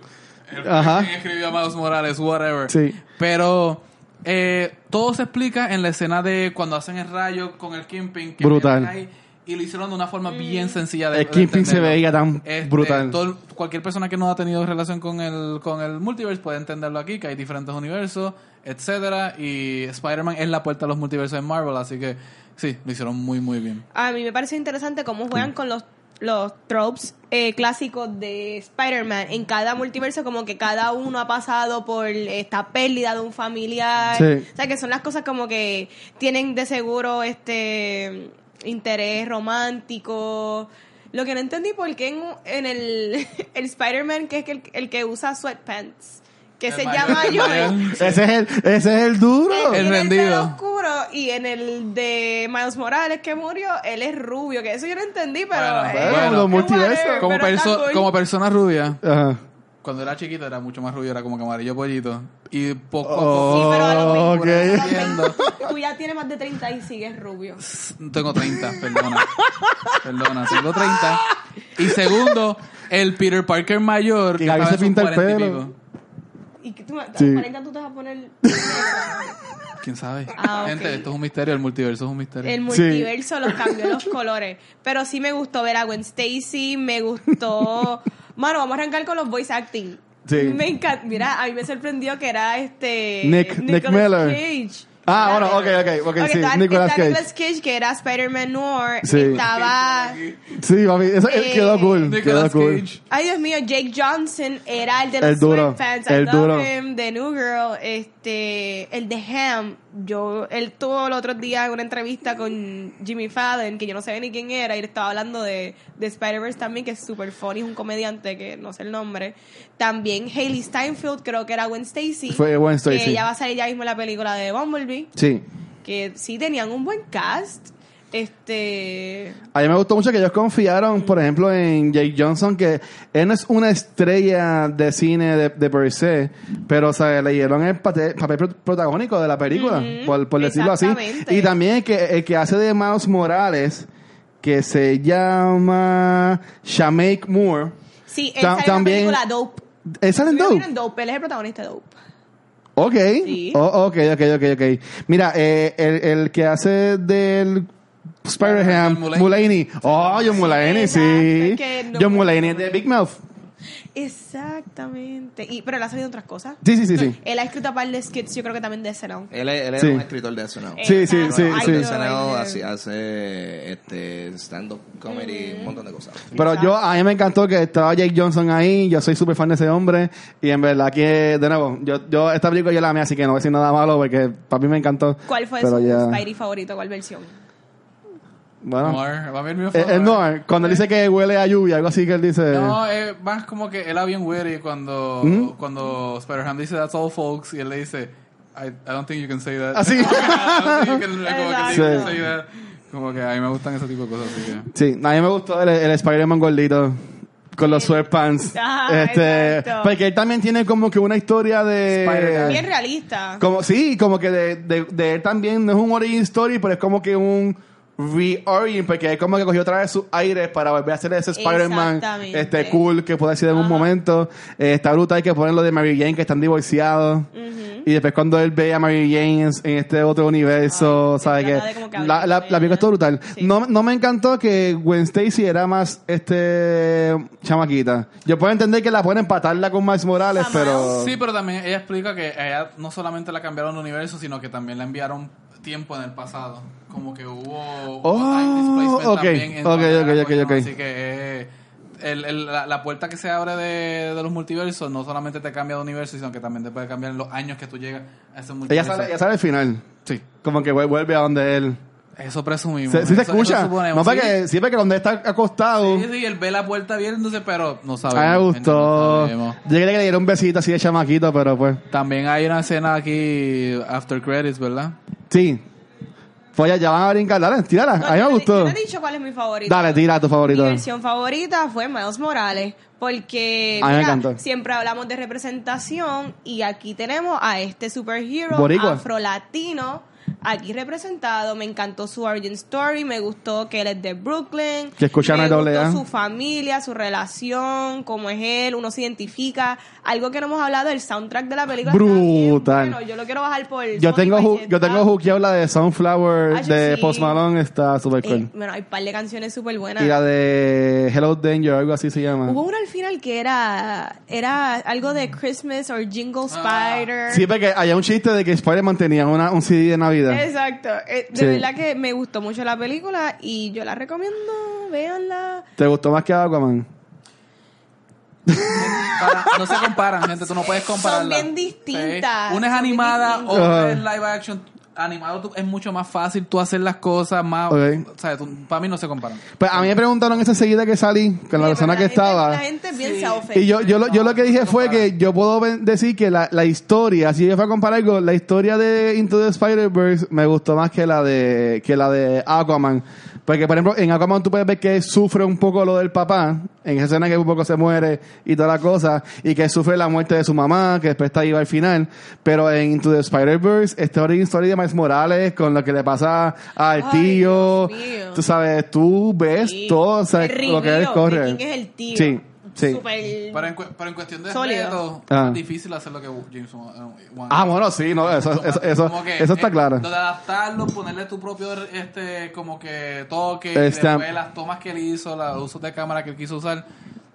B: Él
D: Ajá.
B: ¿quién escribió a Miles Morales, whatever.
D: Sí.
B: Pero eh, todo se explica en la escena de cuando hacen el rayo con el Kingpin. Que
D: Brutal.
B: viene ahí Y lo hicieron de una forma
C: Mm.
B: bien sencilla de
D: El Kingpin se
B: entenderlo. Este,
D: veía tan brutal.
B: todo- cualquier persona que no ha tenido relación con el, con el multiverse puede entenderlo aquí, que hay diferentes universos, etcétera Y Spider-Man es la puerta a los multiversos en Marvel, así que sí, lo hicieron muy, muy bien.
C: A mí me parece interesante cómo juegan con los, los tropes eh, clásicos de Spider-Man. En cada multiverso, como que cada uno ha pasado por esta pérdida de un familiar.
D: Sí.
C: O sea, que son las cosas como que tienen de seguro este interés romántico. Lo que no entendí por qué en, en el, el Spider-Man, que es el, el que usa sweatpants, que se llama Joel.
D: Ese es el, ese es el duro.
C: Él
B: El
C: tiene
B: rendido.
C: El pelo oscuro y en el de Miles Morales que murió, él es rubio, que eso yo no entendí, pero
B: Bueno,
C: eh,
B: bueno,
C: eh,
D: los multiversos.
C: whatever,
B: Como,
C: pero está
B: perso-
C: cool.
B: como persona rubia,
D: Ajá.
B: cuando era chiquito era mucho más rubio, era como que amarillo pollito. Y poco a
D: Oh.
B: poco
C: Sí, pero a lo mismo,
D: ok.
C: pero a lo
B: Entiendo.
C: mismo. Tú ya tienes más de 30 y sigues rubio.
B: Tengo 30, perdona. perdona, tengo 30. Y segundo, el Peter Parker mayor.
D: Que Gaby
B: estaba
D: se
B: en sus
D: pinta el
B: 40 y
D: pelo.
B: pico.
C: ¿Y qué tú, a los
D: Sí.
C: 40 tú te vas a poner
B: ¿Quién sabe?
C: Ah, ok.
B: Gente, esto es un misterio, el multiverso es un misterio.
C: el
D: Sí.
C: multiverso, los cambios, los colores? Pero sí me gustó ver a Gwen Stacy, me gustó... Mano, vamos a arrancar con los voice acting.
D: Sí.
C: Me encanta. Mira, a mí me sorprendió que era este...
D: Nick- Nick
C: Nicolas
D: Miller.
C: Cage.
D: Ah,
C: Era
D: bueno,
C: de-
D: ok, ok, ok, sí,
C: está-
D: Nicolas
C: está
D: Cage.
C: Nicolas Cage, que era Spider-Man Noir.
D: Sí.
C: Estaba...
D: Sí, papi, eso
C: Eh,
D: quedó cool.
B: Nicolas
D: quedó Mm, cool.
B: Cage.
C: Ay, Dios mío, Jake Johnson era el de los
D: El duro,
C: Sweat Pants, I
D: el
C: love
D: duro.
C: him, de New Girl, este, el de Ham. Yo, él tuvo el otro día una entrevista con Jimmy Fallon, que yo no sabía ni quién era, y él estaba hablando de, de Spider-Verse también, que es super funny, es un comediante que no sé el nombre. También Hailey Steinfeld, creo que era Gwen Stacy.
D: Fue Gwen Stacy.
C: Que ella va a salir ya mismo en la película de Bumblebee.
D: Sí.
C: Que sí tenían un buen cast. Este.
D: A mí me gustó mucho que ellos confiaron, por ejemplo, en Jake Johnson, que él no es una estrella de cine de, de per se, pero o sea, le dieron el pate- papel pro- protagónico de la película,
C: Ujú,
D: por, por decirlo así.
C: exactamente.
D: Y también el que, el que hace de Miles Morales, que se llama Shameik Moore.
C: Sí, él
D: Tam-
C: sale
D: también-
C: en la película Dope.
D: ¿Es en
C: Mira,
D: Dope?
C: miren, Dope, él es el protagonista de Dope.
D: Ok.
C: Sí.
D: Oh, ok, ok, ok, ok. Mira, eh, el, el que hace del
C: Ah,
D: Spider-Ham,
B: Mullaney.
D: Mulaney. Oh, John Mulaney,
C: Exacto,
D: sí.
C: es que no-
D: John Mulaney es de Big Mouth.
C: Exactamente. Y, pero él ha salido en otras cosas.
D: Sí, sí, sí, sí.
C: Él ha escrito un par de skits, yo creo que también de SNL.
A: Él, es- él es
D: Sí.
A: un escritor de SNL.
D: Sí, sí,
A: Él es
C: Exacto.
A: un
D: sí,
A: escritor
D: sí.
A: de
C: Ay,
A: SNL,
C: no,
A: así hace este, stand-up comedy, un montón de cosas.
D: Pero yo, a mí me encantó que estaba Jake Johnson ahí. Yo soy súper fan de ese hombre. Y en verdad que, de nuevo, yo, yo esta película yo la amé, así que no voy a decir nada malo porque para mí me encantó.
C: ¿Cuál fue
D: Pero
C: su
D: ya-
C: Spidey favorito? ¿Cuál versión?
D: Bueno.
B: Noir. Va a haber mi
D: Ah. Eh, eh,
B: favor.
D: no, eh, cuando él dice que huele a lluvia, algo así que ¿Mm? él dice...
B: No, es más como que él había un weary cuando, cuando Spider-Ham dice that's all folks y él le dice I, I don't think you can say that.
D: Así.
B: I don't think you can, como, que
C: Exacto.
B: you can say that. como que a mí me gustan ese tipo de cosas, así que...
D: Sí, a mí me gustó el, el Spider-Man gordito con los sweatpants.
C: Ajá,
D: este,
C: Ah, exacto.
D: porque él también tiene como que una historia de
C: Bien realista.
D: como sí, como que de, de, de él también no es un origin story, pero es como que un re-origin porque él como que cogió otra vez sus aires para volver a hacer ese Spider-Man
C: Exactamente.
D: este cool que puede hacer en un momento. Eh, está brutal hay que ponerlo de Mary Jane que están divorciados.
C: Mm.
D: Y después cuando él ve a Mary Jane en este otro universo,
C: Ay, se
D: ¿sabes
C: trata de
D: qué?
C: como que hablar
D: La,
C: con
D: la,
C: ella.
D: la película estuvo brutal.
C: Sí.
D: No, no me encantó que Gwen Stacy era más este chamaquita. Yo puedo entender que la pueden empatarla con Max Morales,
C: Ah,
D: pero...
B: Sí, pero también ella explica que a ella no solamente la cambiaron de universo, sino que también la enviaron tiempo en el pasado. Como que hubo, hubo
D: Oh, ok,
B: en-
D: ok,
B: en-
D: ok, ok, ok.
B: Así que eh, el- el- la, la puerta que se abre de, de los multiversos no solamente te cambia de universo, sino que también te puede cambiar en los años que tú llegas a ese
D: Ella
B: multiverso.
D: sale, ella sale al final.
B: Sí.
D: Como que vuel- vuelve a donde él.
B: Eso presumimos.
D: Se, sí se
B: Eso-
D: escucha.
B: eso suponemos.
D: no, para
B: Sí,
D: que, sí, para que donde está acostado.
B: Sí, sí, él ve la puerta abriéndose, pero no
D: A
B: sabe.
D: mí Ah, me gustó. Yo quería que le diera un besito así de chamaquito, pero pues.
B: También hay una escena aquí, after credits, ¿verdad?
D: Sí. Pues ya, ya van a brincar. Dale, tírala.
C: No,
D: a mí
C: yo
D: me
C: no- Yo
D: gustó.
C: no he dicho cuál es mi favorito.
D: Dale, tira tu
C: Mi
D: favorito.
C: versión favorita fue Miles Morales, porque
D: A mí me encantó.
C: siempre hablamos de representación y aquí tenemos a este superhero
D: Boricua.
C: afrolatino aquí representado. Me encantó su origin story, me gustó que él es de Brooklyn,
D: Que escucharon
C: me
D: el doble
C: gustó
D: A.
C: su familia, su relación, cómo es él, uno se identifica. Algo que no hemos hablado, el soundtrack de la película. está bien
D: Brutal.
C: bueno, yo lo quiero bajar por...
D: Yo
C: Spotify,
D: tengo, ju-
C: si
D: yo
C: está.
D: tengo juqueado la de Sunflower
C: Ah, yo
D: de
C: sí.
D: Post Malone. Está super
C: Eh,
D: cool.
C: Bueno, hay un par de canciones súper buenas.
D: Y la de Hello Danger, algo así se llama.
C: Hubo uno al final que era era algo de Christmas o Jingle
B: Ah.
C: Spider.
D: Sí, porque había un chiste de que Spider-Man tenía una, un CD de Navidad.
C: Exacto. Eh, De
D: Sí.
C: verdad que me gustó mucho la película y yo la recomiendo. Véanla.
D: ¿Te gustó más que Aquaman?
B: Para- no se comparan, gente. Tú no puedes compararlas.
C: Son bien distintas,
B: Sí. Una es
C: son bien
B: animada,
C: distintas.
B: otra es live action. Animado tú- es mucho más fácil tú hacer las cosas más...
D: Ok.
B: O sea, tú- para mí no se comparan.
D: Pues a mí me preguntaron eso enseguida que salí, con la
C: Oye,
D: persona
C: pero
D: que
C: gente-
D: estaba.
C: La gente es bien
B: Sí.
C: selfish.
D: Y yo, yo, lo, yo lo que dije fue que yo puedo ven- decir que la, la historia, si yo fuera a comparar algo, la historia de Into the Spider-Verse me gustó más que la de que la de Aquaman. Porque, por ejemplo, en Aquaman tú puedes ver que sufre un poco lo del papá, en esa escena que un poco se muere y toda la cosa, y que sufre la muerte de su mamá, que después está ahí al final. Pero en Into the Spider-Verse, esta origin story de Miles Morales, con lo que le pasa al
C: Ay,
D: tío,
C: Dios mío.
D: tú sabes, tú ves
C: Sí.
D: todo, o sea,
C: El
D: lo que él
C: reveal de
D: corre.
C: quién es el tío.
D: Sí. Sí.
C: Súper-
B: Pero en, cu- pero en cuestión de
C: Sólido.
B: reto,
D: Ah.
B: es difícil hacer lo que James Wan. eh, Wan-
D: Ah, bueno, sí, no, eso, eso, eso,
B: Como que,
D: eso está
B: eh,
D: claro.
B: Lo de adaptarlo, ponerle tu propio este como que toque, y
D: Eh, stamp.
B: después las tomas que él hizo, los usos de cámara que él quiso usar.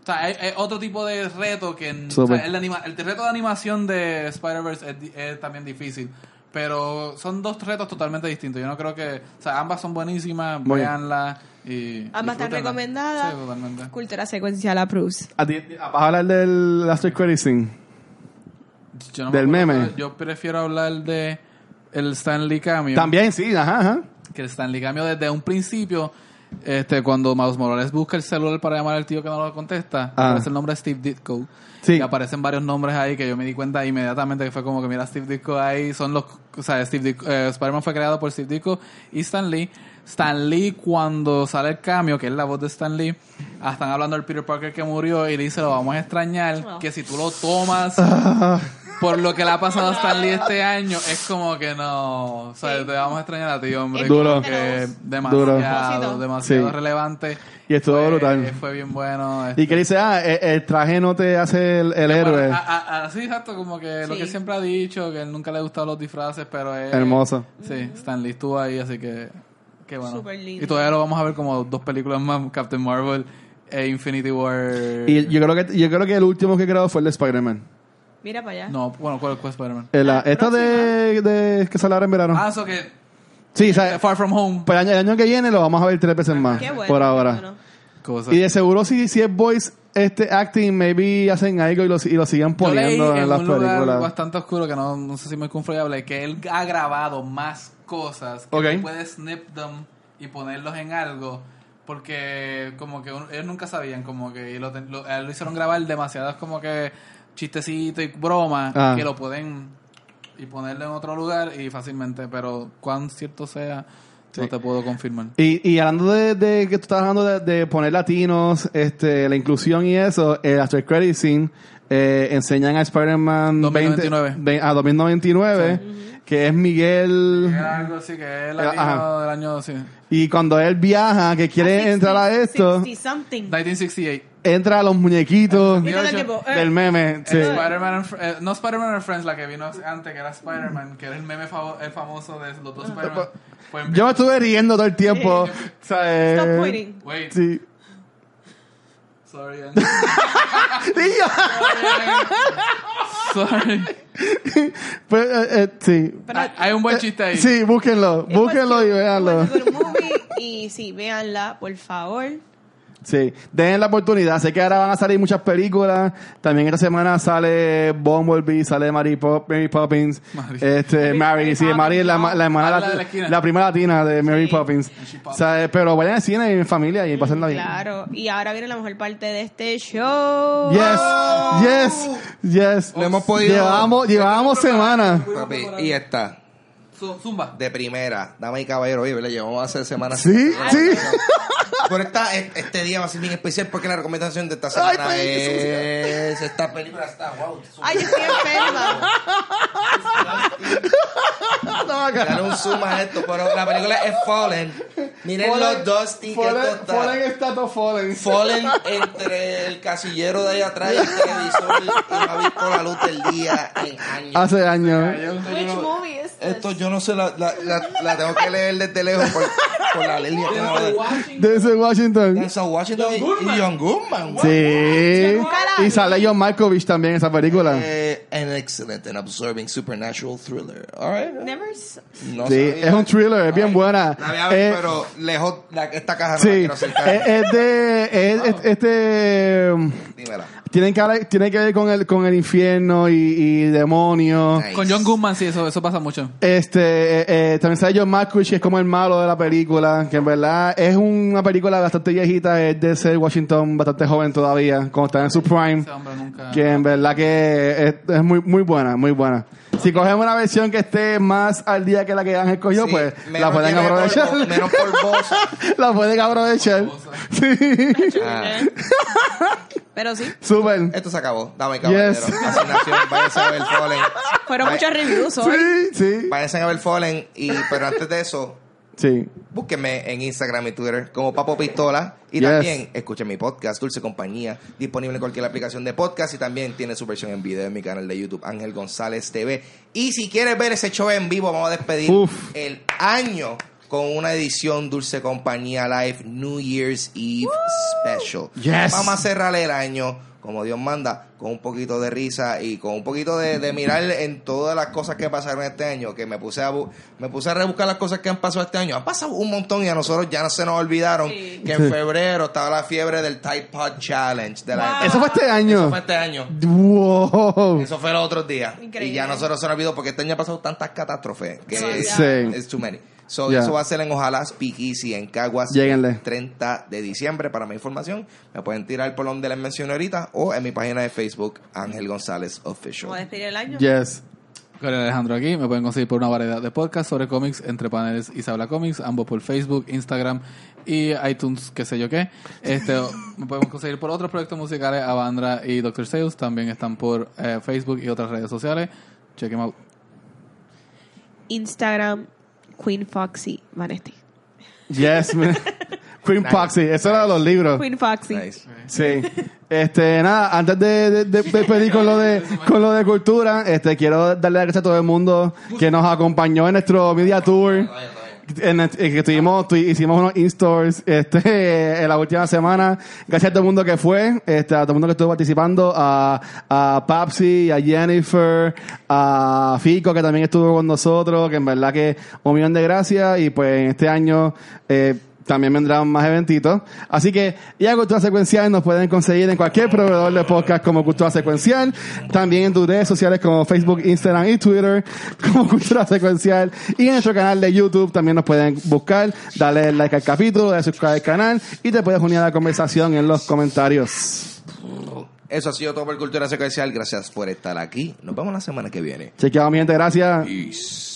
B: O sea, es, es otro tipo de reto que en- o sea,
D: Súper.
B: el, anima- el reto de animación de Spider-Verse es, di- es también difícil. Pero son dos retos totalmente distintos. Yo no creo que. O sea, ambas son buenísimas.
D: Muy bien.
B: Veanlas. Y
C: Ambas están
B: disfrútenlas.
C: recomendadas.
B: Sí, totalmente.
C: Cultura secuencial approves.
D: ¿A ti- ¿Vas a hablar del Last Query Scene?
B: Yo no me
D: Del
B: acuerdo,
D: meme.
B: pero Yo prefiero hablar de. El Stanley Cameo.
D: También, sí, ajá, ajá.
B: que el Stanley Cameo desde un principio, este, cuando Maus Morales busca el celular para llamar al tío que no lo contesta,
D: Ah.
B: aparece el nombre de Steve Ditko.
D: Sí.
B: Y aparecen varios nombres ahí que yo me di cuenta inmediatamente que fue como que mira Steve Ditko ahí, son los, o sea, Steve Ditko, eh, Spider-Man fue creado por Steve Ditko y Stan Lee. Stan Lee cuando sale el cameo, que es la voz de Stan Lee, ah, están hablando del Peter Parker que murió y le dice lo vamos a extrañar,
C: Ah.
B: que si tú lo tomas por lo que le ha pasado a Stan Lee este año, es como que no, o sea,
C: Sí.
B: te vamos a extrañar a ti, hombre.
D: Duro.
B: Como que demasiado,
D: Duro.
B: demasiado
D: Sí.
B: relevante.
D: Y estuvo
B: Fue-
D: brutal.
B: Fue bien bueno. este.
D: Y que dice, ah, el, el traje no te hace el, el héroe.
B: Bueno, ah, a- a- así exacto, como que lo
C: Sí.
B: que siempre ha dicho, que él nunca le ha gustado los disfraces, pero es...
D: Hermoso.
B: Sí, Stan Lee estuvo ahí, así que... Qué bueno.
C: Súper lindo.
B: Y todavía lo vamos a ver como dos películas más, Captain Marvel e Infinity War.
D: Y yo creo que yo creo que el último que creó fue el de Spider-Man.
C: Mira para allá.
B: No, bueno, ¿cuál fue Spider-Man?
D: El- la- esta de, de- que sale ahora en verano.
B: Ah, eso que... eh,
D: sí, o sea,
B: Far From Home.
D: pues el año, el año que viene lo vamos a ver tres veces
B: Ah,
D: más.
C: Qué bueno.
D: por
C: qué
D: ahora.
C: bueno.
B: Cosa.
D: Y de seguro si, si es voice este acting, maybe hacen algo y lo, y lo siguen
B: Yo leí
D: poniendo
B: en
D: en las
B: un lugar
D: películas.
B: bastante oscuro que no, no sé si me es confiable que él ha grabado más cosas que
D: Ok.
B: tú puedes snip them y ponerlos en algo porque como que un- ellos nunca sabían como que y lo, ten- lo- a él lo hicieron grabar demasiadas como que chistecitos y bromas
D: Ah.
B: que lo pueden y ponerlo en otro lugar y fácilmente pero cuán cierto sea no te puedo confirmar
D: Y, y hablando de, de que tú estás hablando de, de poner latinos, este, la inclusión y eso, el After Credit Scene eh, enseñan a Spider-Man
B: 2099.
D: 20 ve- a 2099, que es Miguel.
B: era algo así que es
D: Ah, Ajá.
B: latino del año sí.
D: Y cuando él viaja, que quiere
C: Sixty-
D: entrar a esto,
C: sixty something.
B: 1968
D: entra a los muñequitos
C: Y todo
B: 18
C: el tiempo, eh,
D: del meme. Sí.
B: El Spider-Man and Fr- eh, no Spider-Man and Friends, la que vino antes, que era Spider-Man, que era el meme favo- el famoso de los dos Spider-Man. Fue en-
D: Yo me estuve riendo todo el tiempo. o sea,
C: Stop
D: eh,
C: winning.
B: Wait,
D: Sí.
B: sorry. Andy. sorry.
D: Pues, eh, eh, sí.
C: Pero-
B: Ah, Hay un buen chiste ahí.
D: Eh, Sí, búsquenlo.
C: It was
D: Búsquenlo y
C: cute. It
D: véanlo.
C: was a good movie. Y sí, véanla, por favor.
D: Sí, den la oportunidad. Sé que ahora van a salir muchas películas. También esta semana sale Bumblebee, sale Mary, Pop- Mary Poppins.
B: Mary.
D: Este, Mary, sí,
C: Poppins,
D: Mary es la, ma- la hermana,
B: Habla de
D: lati-
B: la esquina.
D: la primera latina de Mary Poppins.
B: And she popped.
D: O sea, eh, pero vayan al cine en familia y pasenla bien.
C: Claro. Y ahora viene la mejor parte de este show.
D: Yes, yes, yes.
A: Lo hemos podido-
D: Llevamos, llevamos semanas.
A: Papi, y esta,
B: Zu- Zumba.
A: de primera, dama y caballero, oye, le llevamos hace semanas.
D: Sí, sí.
A: Pero esta, e- este día va a ser bien especial porque la recomendación de esta semana
D: Ay,
A: es esta película está wow.
C: Ay, yo estoy enferma.
A: Dale un zoom a esto, pero la película es Fallen. Miren los dos tickets
D: Fallen-
A: total.
D: Fallen está todo Fallen.
A: Fallen entre el casillero de ahí atrás y el televisor y no ha visto la luz del día en años.
D: Hace años.
C: Which movie is this?
A: Esto yo no sé, la, la, la, la tengo que leer desde lejos por, por la línea.
D: Desde Washington.
A: Denzel Washington y- y John Goodman.
D: Sí.
C: nunca la
D: Y
C: vi.
D: sale John Malkovich también en esa película.
A: Eh, an excellent and absorbing supernatural thriller. All right.
C: Never s-
A: No
D: Sí,
A: sabía.
D: es un thriller, es bien buena.
A: La voy a ver,
D: Eh,
A: pero lejos, la- esta caja no la
D: Sí, eh,
A: quiero acercar.
D: es, es de. es- es- este. um,
A: Dímela.
D: Tiene que, hablar- tiene que ver con el, con el infierno y, y demonios.
A: Nice.
B: Con John Goodman, sí, eso, eso pasa mucho.
D: Este, eh, eh, también sale John Malkovich, que es como el malo de la película, que en verdad es una película bastante viejita, es de ser Washington bastante joven todavía, cuando está en su prime.
B: Ese hombre nunca.
D: Que en verdad que es, es muy, muy buena, muy buena. Si cogemos una versión que esté más al día que la que Ángel cogió,
A: Sí,
D: pues la
A: menos
D: pueden
A: tiene
D: aprovechar.
A: polvo- menos polvosa.
D: la pueden aprovechar. Sí.
A: Ah,
C: Eh. Pero sí,
D: Súper.
A: esto se acabó. Dame caballero.
D: Yes.
A: Fascinación. Váyanse a ver Fallen.
C: fueron
A: Ay.
C: muchos reviews hoy.
D: Sí, sí.
A: Váyanse a ver Fallen. Y, pero antes de eso,
D: Sí.
A: Búsquenme en Instagram y Twitter como Papo Pistola. Y
D: Yes.
A: también escuchen mi podcast, Dulce Compañía, disponible en cualquier aplicación de podcast. Y también tiene su versión en video en mi canal de YouTube, Ángel González TV. Y si quieres ver ese show en vivo, vamos a despedir
D: Uf.
A: el año con una edición Dulce Compañía Live New Year's Eve Special.
D: Yes.
A: Vamos a cerrar el año, como Dios manda, con un poquito de risa y con un poquito de, de mirar en todas las cosas que pasaron este año, que me puse a bu- me puse a rebuscar las cosas que han pasado este año. Han pasado un montón y a nosotros ya no se nos olvidaron
C: Sí.
A: que en febrero estaba la fiebre del Tide Pod Challenge de la
C: Wow.
D: Eso fue este año.
A: Eso fue este año.
D: Wow.
A: Eso fue los otros días.
C: Increíble.
A: Y ya nosotros se nos olvidó porque este año ha pasado tantas catástrofes que
C: Sí.
A: es
D: Sí.
A: it's too many. So,
D: Ya.
A: Eso va a ser en Ojalá Speakeasy en Caguas
D: Lléguenle.
A: 30 de diciembre. Para más información, me pueden tirar por donde les mencioné ahorita o en mi página de Facebook, Ángel González
C: Como
A: Official.
C: despedir el año.
D: Yes.
B: Con Alejandro aquí, me pueden conseguir por una variedad de podcasts sobre cómics, entre paneles y Sabla Comics, ambos por Facebook, Instagram y iTunes, qué sé yo qué. Este, me pueden conseguir por otros proyectos musicales, Avandra y Dr. Seuss, también están por eh, Facebook y otras redes sociales. Check 'em out.
C: Instagram, Queen Foxy Vanetti.
D: Yes. man. Queen Foxy. Eso era de los libros.
C: Queen Foxy.
A: Nice.
D: Sí. Este, nada, antes de, de, de- de pedir con lo de, con lo de cultura, este, quiero darle las gracias a todo el mundo que nos acompañó en nuestro media tour. En, en que tuvimos, tu- hicimos unos in-stores este, en la última semana. Gracias a todo el mundo que fue, este, a todo el mundo que estuvo participando, a, a Papsi, a Jennifer, a Fico, que también estuvo con nosotros, que en verdad que un millón de gracias. Y pues en este año eh, también vendrán más eventitos. Así que, ya Cultura Secuencial nos pueden conseguir en cualquier proveedor de podcast como Cultura Secuencial, también en tus redes sociales como Facebook, Instagram y Twitter como Cultura Secuencial y en nuestro canal de YouTube también nos pueden buscar, darle like al capítulo, darle suscribir al canal y te puedes unir a la conversación en los comentarios.
A: Eso ha sido todo por Cultura Secuencial. Gracias por estar aquí. Nos vemos la semana que viene.
D: Chequeado, mi gente, gracias.
A: Peace.